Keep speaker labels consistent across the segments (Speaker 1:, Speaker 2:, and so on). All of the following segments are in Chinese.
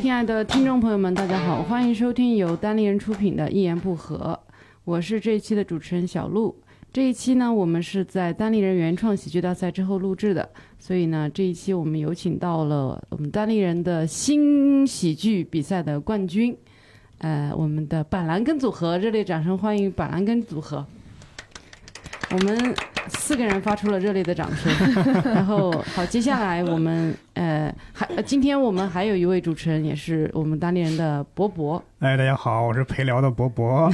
Speaker 1: 亲爱的听众朋友们，大家好，欢迎收听由单立人出品的《一言不合》，我是这一期的主持人小鹿。这一期呢，我们是在单立人原创喜剧大赛之后录制的，所以呢，这一期我们有请到了我们单立人的新喜剧比赛的冠军，呃，我们的板蓝根组合，热烈掌声欢迎板蓝根组合。我们四个人发出了热烈的掌声， 然后好，接下来我们呃还呃今天我们还有一位主持人也是我们当地人的博博，
Speaker 2: 哎，大家好，我是陪聊的博 博。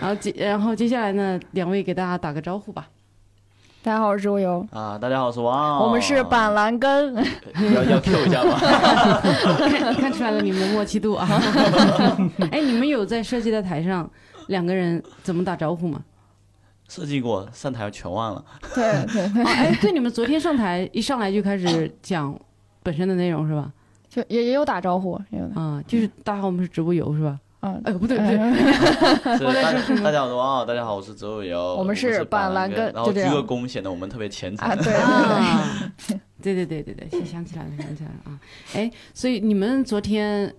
Speaker 1: 然后接然后接下来呢两位给大家打个招呼吧，
Speaker 3: 大家好，我是周游，
Speaker 4: 啊，大家好，我是王傲。
Speaker 3: 我们是板蓝根，
Speaker 4: 要要 Q 一下 吧？
Speaker 1: 看看出来了你们的默契度啊， 哎你们有在设计的台上两个人怎么打招呼 吗？
Speaker 4: 设计过上台全 忘了，
Speaker 3: 对对对，
Speaker 1: 哦哎对你们昨天上台一上来就开始讲本身的内容是吧？
Speaker 3: 就也也有打招呼，也有的，
Speaker 1: 啊、就是大家好我们是直播游是吧？
Speaker 3: 嗯，
Speaker 1: 哎不对不对，
Speaker 4: 是大家大家好，我是王傲。大家好，我是周游。
Speaker 3: 我们是板蓝根
Speaker 4: 然
Speaker 3: 就
Speaker 4: 后
Speaker 3: 这
Speaker 4: 鞠
Speaker 3: 样
Speaker 4: 个躬，显得我们特别虔诚
Speaker 3: 啊。对，
Speaker 1: 啊，对对对对对，想起来了，想起来了啊！哎，所以你们昨天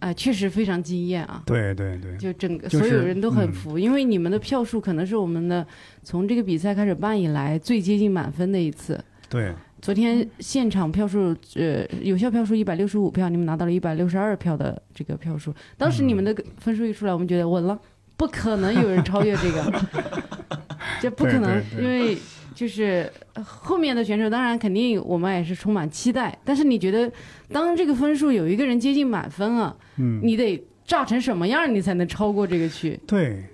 Speaker 1: 啊、确实非常惊艳啊！
Speaker 2: 对对对，
Speaker 1: 就整个
Speaker 2: 就
Speaker 1: 所
Speaker 2: 是
Speaker 1: 有人都很服，因为你们的票数可能是我们的从这个比赛开始办以来最接近满分的一次。
Speaker 2: 对
Speaker 1: 昨天现场票数，呃，有效票数一百六十五票，你们拿到了一百六十二票的这个票数。当
Speaker 2: 嗯
Speaker 1: 时你们的分数一出来，我们觉得稳了，不可能有人超越这个， 这不可能，
Speaker 2: 对对对
Speaker 1: 因为就是呃后面的选手，当然肯定我们也是充满期待。但是你觉得，当这个分数有一个人接近满分啊，
Speaker 2: 嗯
Speaker 1: 你得炸成什么样，你才能超过这个去？
Speaker 2: 对。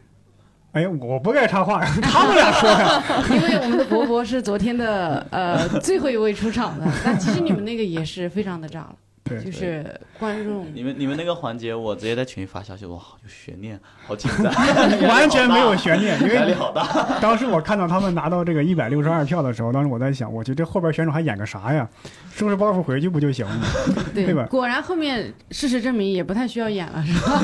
Speaker 2: 哎呀，我不该插话， 他们俩说呀。
Speaker 1: 因为我们的博博是昨天 的呃最后一位出场的，但其实你们那个也是非常的炸了。就
Speaker 2: 对，
Speaker 1: 是观众
Speaker 4: 你们你们那个环节，我直接在群里发消息，哇，有悬念，好紧张，
Speaker 2: 完全没有悬念，因
Speaker 4: 压力
Speaker 2: 为
Speaker 4: 好大。
Speaker 2: 当时我看到他们拿到这个一百六十二票的时候，当时我在想，我去这后边选手还演个啥呀？收拾包袱回去不就行 了吗？
Speaker 1: 对
Speaker 2: 对吧
Speaker 1: 果然后面事实证明也不太需要演了，是吧？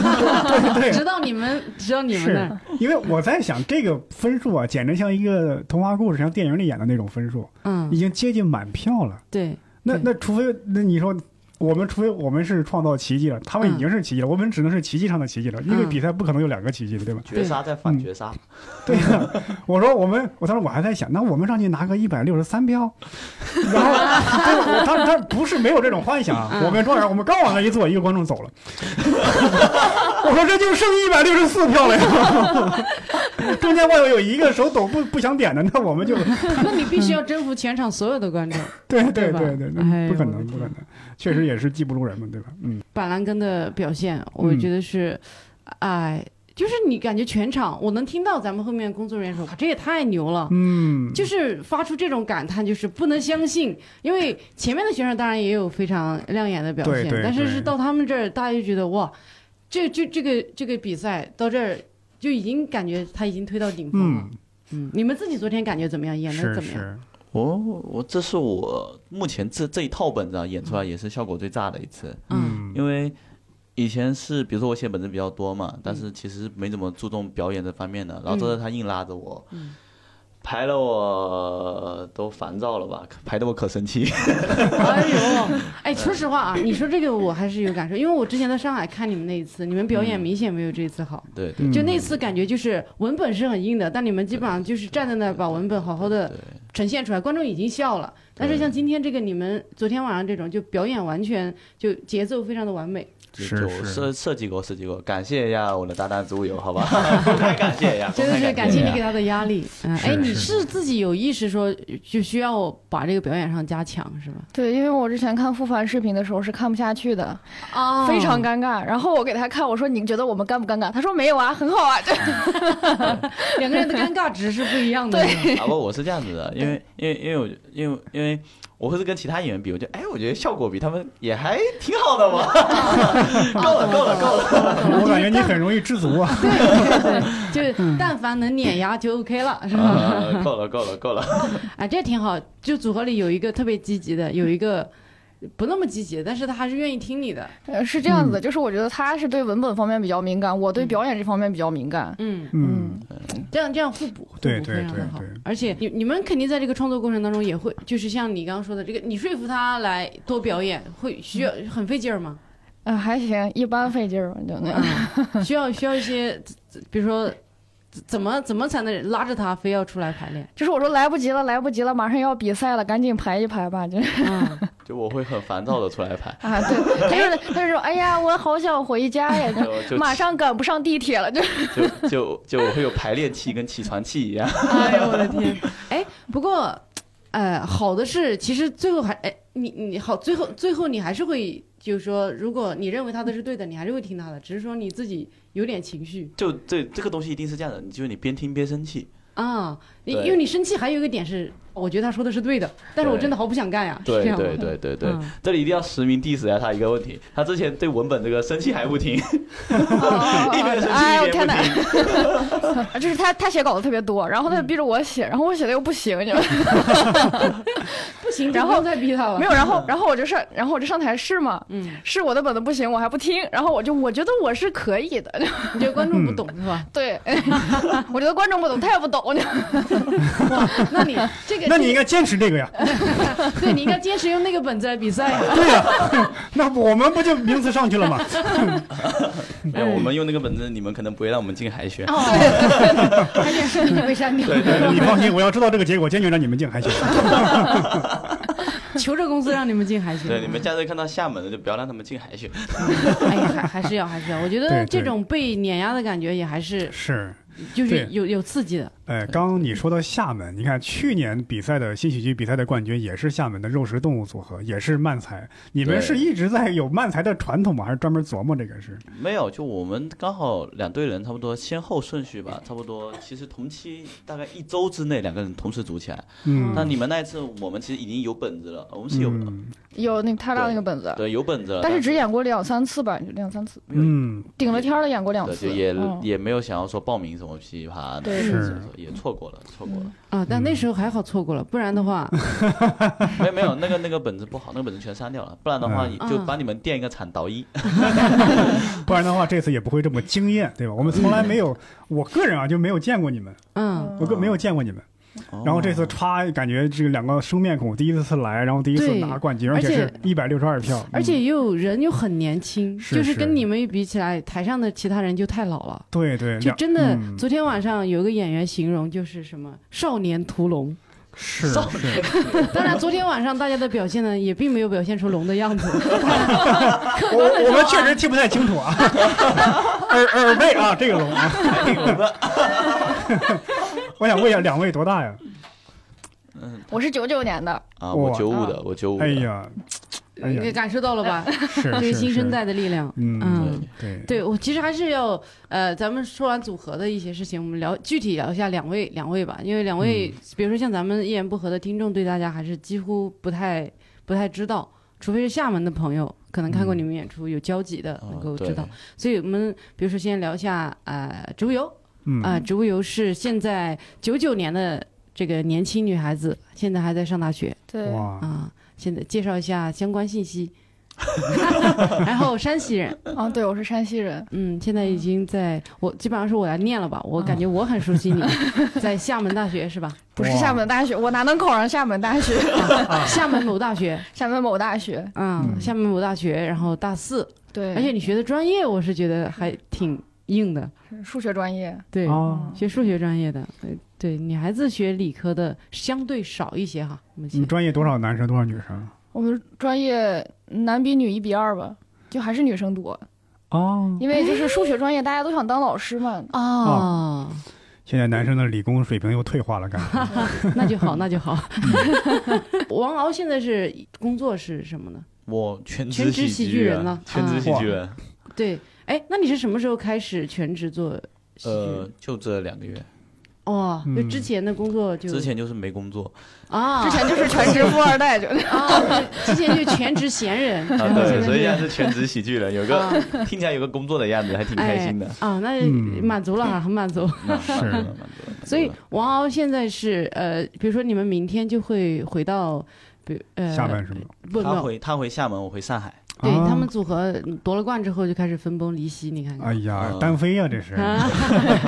Speaker 2: 对
Speaker 1: 直
Speaker 2: 对，
Speaker 1: 到你们，直到你们那
Speaker 2: 是
Speaker 1: 儿，
Speaker 2: 因为我在想这个分数啊，简直像一个童话故事，像电影里演的那种分数，已
Speaker 1: 嗯，
Speaker 2: 经接近满票了。
Speaker 1: 对，
Speaker 2: 那
Speaker 1: 对
Speaker 2: 那除非那你说我们除非我们是创造奇迹了，他们已经是奇迹了，我们只能是奇迹上的奇迹了，因为
Speaker 1: 嗯
Speaker 2: 比赛不可能有两个奇迹的，对吧？
Speaker 4: 绝杀再反
Speaker 3: 嗯
Speaker 4: 绝杀，
Speaker 2: 对呀、 我说我们，我当时我还在想，那我们上去拿个一百六十 三标，然后对我当时他不是没有这种幻想啊，
Speaker 1: 嗯
Speaker 2: 我们庄园我们刚往那一坐，一个观众走了， 我说这就剩一百六十四票了呀， 中间万有有一个手抖不不想点的，那我们就
Speaker 1: 那你必须要征服全场所有的观众。嗯
Speaker 2: 对对
Speaker 1: 对吧
Speaker 2: 对对，
Speaker 1: 哎
Speaker 2: 那不可
Speaker 1: 我
Speaker 2: 能
Speaker 1: 的
Speaker 2: 不
Speaker 1: 天
Speaker 2: 可能，确实也是技不如人嘛，对吧？嗯，
Speaker 1: 板蓝根的表现，我觉得是，哎，就是你感觉全场，我能听到咱们后面工作人员说，哇，这也太牛了。
Speaker 2: 嗯，
Speaker 1: 就是发出这种感叹，就是不能相信，因为前面的选手当然也有非常亮眼的表现，
Speaker 2: 对对
Speaker 1: 但是
Speaker 2: 对
Speaker 1: 是到他们这儿，大家就觉得哇，这这这个这个比赛到这儿就已经感觉他已经推到顶峰了。
Speaker 2: 嗯，
Speaker 1: 嗯你们自己昨天感觉怎么样？演的
Speaker 2: 是
Speaker 1: 怎么样？
Speaker 2: 是，
Speaker 4: 我哦我这是我目前这这一套本子啊，演出
Speaker 3: 嗯
Speaker 4: 来也是效果最炸的一次。
Speaker 1: 嗯
Speaker 2: 嗯，
Speaker 4: 因为以前是比如说我写本子比较多嘛，
Speaker 1: 嗯
Speaker 4: 但是其实没怎么注重表演这方面的。然后这次他硬拉着我，
Speaker 1: 嗯
Speaker 4: 排了我都烦躁了吧，排的我可生 气。
Speaker 1: 哎呦，哎，说实话啊，你说这个我还是有感受，因为我之前在上海看你们那一次，你们表演明显没有这一次好。
Speaker 4: 对对
Speaker 2: 嗯
Speaker 1: 就那次感觉就是文本是很硬的，但你们基本上就是站在那儿把文本好好的
Speaker 4: 对，
Speaker 1: 呈现出来，观众已经笑了。但是像今天这个，你们昨天晚上这种，就表演完全就节奏非常的完美。
Speaker 4: 就是就是设设计过设计过，感谢一下我的搭档猪油，好 吧？公开感谢一下，
Speaker 1: 真的
Speaker 4: 公
Speaker 1: 是
Speaker 4: 开
Speaker 1: 感
Speaker 4: 感
Speaker 1: 谢
Speaker 4: 一
Speaker 1: 你
Speaker 4: 下
Speaker 1: 给他的压力。嗯，
Speaker 2: 是
Speaker 1: 哎，你
Speaker 2: 是
Speaker 1: 是自己有意识说就需要把这个表演上加强是吧？
Speaker 3: 对，因为我之前看复盘视频的时候是看不下去的，
Speaker 1: 啊
Speaker 3: 非常尴尬。然后我给他看，我说你觉得我们尴不尴尬？他说没有啊，很好啊。 就
Speaker 1: 两个人的尴尬值是不一样的。对，
Speaker 4: 啊不，我是这样子的，因为因为因为我因为因为我会是跟其他演员比，我觉得哎，我觉得效果比他们也还挺好的 嘛。够了够了够了，
Speaker 2: 嗯我感觉你很容易知足啊，
Speaker 1: 对对，
Speaker 2: 嗯
Speaker 1: 就是但凡能碾压就 OK 了，是吧？
Speaker 4: 啊 够了够了够了。
Speaker 1: 啊，这挺好。就组合里有一个特别积极的，有一个不那么积极，但是他还是愿意听你的。
Speaker 3: 呃是这样子的，就是我觉得他是对文本方面比较敏感，我对表演这方面比较敏感。
Speaker 1: 嗯。
Speaker 2: 嗯。
Speaker 1: 这样这样互补，互
Speaker 2: 对
Speaker 1: 补
Speaker 2: 对
Speaker 1: 非常的
Speaker 2: 对
Speaker 1: 好
Speaker 2: 对。
Speaker 1: 而且你你们肯定在这个创作过程当中也会，就是像你刚刚说的这个，你说服他来多表演，会需要很费劲儿吗？
Speaker 3: 呃，还行，一般费劲儿吧，就那样。
Speaker 1: 啊，需要需要一些，比如说怎么怎么才能拉着他非要出来排练？
Speaker 3: 就是我说来不及了，来不及了，马上要比赛了，赶紧排一排吧，就是，
Speaker 1: 啊，
Speaker 4: 就我会很烦躁的出 来排
Speaker 3: 啊，对， 他就是他就说，哎呀，我好想回家呀，就
Speaker 4: 就就
Speaker 3: 马上赶不上地铁了，就
Speaker 4: 就就就我会有排练器跟起床气 一样。
Speaker 1: 哎呦我的天！哎，不过，呃，好的是，其实最后还，哎，你你好，最后最后你还是会，就是说，如果你认为他的是对的，你还是会听他的，只是说你自己有点情绪
Speaker 4: 就这这个东西一定是这样的，你就是你边听边生气，
Speaker 1: 啊，你
Speaker 4: 对
Speaker 1: 因为你生气还有一个点是，我觉得他说的是对的，但是我
Speaker 4: 对
Speaker 1: 真的好不想干呀，是
Speaker 4: 对
Speaker 1: 这样吗
Speaker 4: 对对对对，
Speaker 1: 嗯
Speaker 4: 这里一定要实名 diss 一下他一个问题，他之前对文本这个生气还不 停，一边生
Speaker 3: 哎，
Speaker 4: 气
Speaker 3: 我
Speaker 4: 一
Speaker 3: 天
Speaker 4: 边
Speaker 3: 哪！ 啊
Speaker 4: 不停，
Speaker 3: 就是他他写稿子特别多，然后他就逼着我写，然后我写的又不行，就
Speaker 1: 不行，
Speaker 3: 然
Speaker 1: 然
Speaker 3: 后
Speaker 1: 后再逼他了，
Speaker 3: 没有，然 后然后我就上，然后我就上台试嘛，
Speaker 1: 嗯，
Speaker 3: 试我的本子不行，我还不听，然后我就我觉得我是可以的，
Speaker 1: 你觉得观众不懂是 吧？
Speaker 3: 对， 我觉得观众不懂，他也不 懂，
Speaker 1: 那你这个，
Speaker 2: 那你应该坚持这 个呀。
Speaker 1: 对你应该坚持用那个本子来比赛 呀。
Speaker 2: 对呀、那我们不就名次上去 了吗？
Speaker 4: 没有，我们用那个本子，你们可能不会让我们进海选。
Speaker 1: 哦，对，还得是你被删掉，
Speaker 2: 你放心，我要知道这个结果，坚决让你们进还行。
Speaker 1: 求着公司让你们进海选。
Speaker 4: 对，你们下次看到厦门的就不要让他们进海选。
Speaker 1: 哎呀，还还是要，还是要。我觉得
Speaker 2: 对对
Speaker 1: 这种被碾压的感觉也还是
Speaker 2: 是，
Speaker 1: 就是
Speaker 2: 对
Speaker 1: 有有刺激的。
Speaker 2: 哎，刚刚你说到厦门，你看去年比赛的新喜剧比赛的冠军也是厦门的肉食动物组合，也是漫才。你们
Speaker 4: 对
Speaker 2: 是一直在有漫才的传统吗？还是专门琢磨这个事？
Speaker 4: 没有，就我们刚好两队人差不多先后顺序吧，差不多。其实同期大概一周之内两个人同时组起来。
Speaker 2: 嗯，
Speaker 4: 那你们那一次，我们其实已经有本子了，我们是有、
Speaker 2: 嗯
Speaker 3: 有那他俩那个本子，
Speaker 4: 对有本子了，
Speaker 3: 但是只演过两三次吧，两三次，
Speaker 2: 嗯，
Speaker 3: 顶着天儿的演过两
Speaker 4: 对
Speaker 3: 次，
Speaker 4: 就也、
Speaker 3: 嗯
Speaker 4: 也没有想要说报名什么噼里啪啦的，
Speaker 3: 对
Speaker 2: 是
Speaker 4: 所以也错过了，错过了。
Speaker 1: 啊，但
Speaker 2: 嗯
Speaker 1: 那时候还好错过了，不然的 话，
Speaker 4: 没有没有，那个那个本子不好，那个本子全删掉了，不然的话
Speaker 1: 嗯
Speaker 4: 就把你们垫一个惨倒一。
Speaker 2: 不然的话这次也不会这么惊艳，对吧？我们从来没有，
Speaker 4: 嗯
Speaker 2: 我个人啊就没有见过你们，
Speaker 1: 嗯，
Speaker 2: 我个没有见过你们。然后这
Speaker 1: 哦
Speaker 2: 次歘，感觉这个两个生面孔，第一次来，然后第一次
Speaker 1: 对
Speaker 2: 拿冠军，
Speaker 1: 而
Speaker 2: 而且
Speaker 1: 且
Speaker 2: 是一百六十二票，嗯
Speaker 1: 而且又人又很年轻，
Speaker 2: 是
Speaker 1: 就是
Speaker 2: 是
Speaker 1: 跟你们一比起来，台上的其他人就太老了。
Speaker 2: 对对，
Speaker 1: 就
Speaker 2: 两
Speaker 1: 真的，
Speaker 2: 嗯
Speaker 1: 昨天晚上有一个演员形容就是什么少年屠龙。
Speaker 2: 是
Speaker 4: 少
Speaker 2: 是，
Speaker 1: 当然，昨天晚上大家的表现呢，也并没有表现出龙的样子。
Speaker 2: 我我们确实听不太清楚啊， 耳耳背啊，这个聋啊， 我想问一下，两位多大呀？
Speaker 4: 嗯
Speaker 3: 我是九九年的，
Speaker 4: 啊，我
Speaker 2: 哇
Speaker 4: 九五的，我九五的。
Speaker 2: 哎呀，哎呀
Speaker 1: 你感受到了吧？
Speaker 2: 是
Speaker 1: 这个
Speaker 2: 是
Speaker 1: 新生
Speaker 2: 是
Speaker 1: 代的力量。
Speaker 2: 嗯，
Speaker 1: 嗯
Speaker 2: 对
Speaker 1: 对我其实还是要呃，咱们说完组合的一些事情，我们聊具体聊一下两位两位吧，因为两位、比如说像咱们一言不合的听众，对大家还是几乎不太不太知道，除非是厦门的朋友，可能看过你们演出有交集的、
Speaker 4: 啊
Speaker 1: 能够
Speaker 4: 对
Speaker 1: 知道。所以我们比如说先聊一下呃植物油
Speaker 2: 嗯
Speaker 1: 啊、植物油是现在九九年的这个年轻女孩子，现在还在上大学
Speaker 3: 对
Speaker 1: 啊、
Speaker 2: 哇，
Speaker 1: 现在介绍一下相关信息。 然后山西人，
Speaker 3: 啊，对我是山西人，
Speaker 1: 嗯，现在已经在我基本上是我来念了吧，我感觉我很熟 悉你，在厦门大学是吧？
Speaker 3: 不是
Speaker 2: 哇
Speaker 3: 厦门大学，我哪能考上厦门大学？
Speaker 1: 厦门某大学，
Speaker 3: 厦门某大学，
Speaker 1: 啊嗯，
Speaker 2: 嗯
Speaker 1: 厦门某大学，然后大四，
Speaker 3: 对，
Speaker 1: 而且你学的专业我是觉得还挺硬的，
Speaker 3: 是数学专业，
Speaker 1: 对，
Speaker 2: 啊，
Speaker 1: 学数学专业的，呃对，女孩子学理科的相对少一些哈，我们
Speaker 2: 你们
Speaker 1: 先
Speaker 2: 专业多少男生多少女生？
Speaker 3: 我们专业男比女一比二吧，就还是女生多，
Speaker 2: 哦，
Speaker 3: 因为就是数学专业大家都想当老师嘛。
Speaker 1: 哦，
Speaker 2: 现在男生的理工水平又退化了，感觉
Speaker 1: 那就好，那就好。 王敖现在是工作是什么呢？
Speaker 4: 我全
Speaker 1: 全
Speaker 4: 职
Speaker 1: 职喜剧
Speaker 4: 剧
Speaker 1: 人了
Speaker 4: 全职
Speaker 1: 啊
Speaker 4: 喜剧人，
Speaker 1: 对，哎，那你是什么时候开始全职做喜剧人
Speaker 4: 呃，就这两个月，
Speaker 1: 哦，就之
Speaker 2: 嗯
Speaker 1: 前的工作就
Speaker 4: 之前就是没工作，
Speaker 1: 啊，
Speaker 3: 之前就是全职富二代，就
Speaker 1: 啊， 之前就全职闲人，
Speaker 4: 啊，
Speaker 1: 然后现
Speaker 4: 对，
Speaker 1: 在
Speaker 4: 所以
Speaker 1: 就
Speaker 4: 现在是全职喜剧人，有个
Speaker 1: 啊
Speaker 4: 听起来有个工作的样子，还挺开心的。
Speaker 1: 啊，那
Speaker 2: 嗯
Speaker 1: 满足了 啊，很满足。
Speaker 4: 那蛮
Speaker 2: 是
Speaker 4: 多的蛮多的蛮多
Speaker 1: 所以
Speaker 4: 的
Speaker 1: 王敖现在是呃，比如说你们明天就会回到，比如呃，
Speaker 2: 下半是吗？
Speaker 1: 不
Speaker 4: 他
Speaker 1: 不
Speaker 4: 回他回厦门，我回上海，
Speaker 1: 对
Speaker 2: 啊
Speaker 1: 他们组合夺了冠之后就开始分崩离析，你看
Speaker 2: 哎
Speaker 1: 看，
Speaker 2: 呀，
Speaker 4: 嗯
Speaker 2: 单飞呀，这是。
Speaker 1: 啊，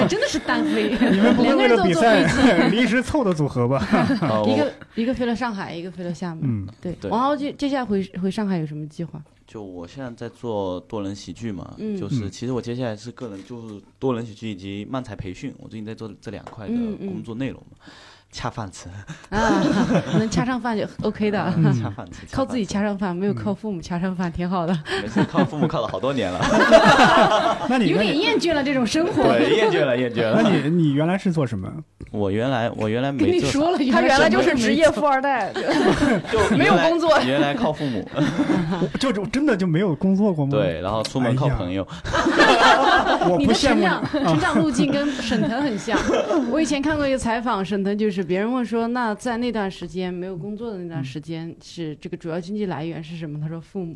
Speaker 1: 真的是单飞，
Speaker 2: 你们不会
Speaker 1: 两个
Speaker 2: 为
Speaker 1: 人
Speaker 2: 了
Speaker 1: 都
Speaker 2: 比
Speaker 1: 坐 飞机，
Speaker 2: 赛 临时凑的组合吧？
Speaker 4: 啊
Speaker 1: 一
Speaker 4: 我
Speaker 1: 个一个飞了上海，一个飞了厦门。
Speaker 2: 嗯，
Speaker 1: 对，
Speaker 4: 对
Speaker 1: 王浩接接下来回回上海有什么计划？
Speaker 4: 就我现在在做多人喜剧嘛，
Speaker 1: 嗯
Speaker 4: 就是
Speaker 2: 嗯
Speaker 4: 其实我接下来是个人就是多人喜剧以及漫才培训，我最近在做这两块的
Speaker 1: 嗯嗯
Speaker 4: 工作内容嘛，恰饭吃，
Speaker 1: 啊，能掐上饭就 OK 的，
Speaker 2: 嗯
Speaker 4: 恰饭吃，
Speaker 1: 靠自己掐上饭，没有靠父母掐上饭，挺好的。
Speaker 4: 恰饭吃，没事，靠父母靠了好多年了，
Speaker 2: 那你
Speaker 1: 有
Speaker 2: 那
Speaker 1: 点
Speaker 2: 你
Speaker 1: 厌倦了这种生活，
Speaker 4: 对，厌倦了，厌倦
Speaker 2: 那
Speaker 4: 了。
Speaker 2: 你你原来是做什么？
Speaker 4: 我原来我原来
Speaker 1: 跟
Speaker 4: 没
Speaker 1: 你
Speaker 4: 做啥，
Speaker 1: 说了，
Speaker 3: 他原来就是
Speaker 1: 什么
Speaker 3: 职业富二代，
Speaker 4: 就
Speaker 3: 没有
Speaker 4: 原来
Speaker 3: 工作
Speaker 4: 原来靠父母，
Speaker 2: 就就真的就没有工作过吗？，
Speaker 4: 对，然后出门靠
Speaker 2: 哎呀
Speaker 4: 朋友，
Speaker 2: 我
Speaker 1: 你
Speaker 2: 不
Speaker 1: 的
Speaker 2: 羡
Speaker 1: 成
Speaker 2: 慕
Speaker 1: 长成长路径跟沈腾很像。我以前看过一个采访，沈腾就是别人问说，那在那段时间没有工作的那段时间，是这个主要经济来源是什么？他说父母。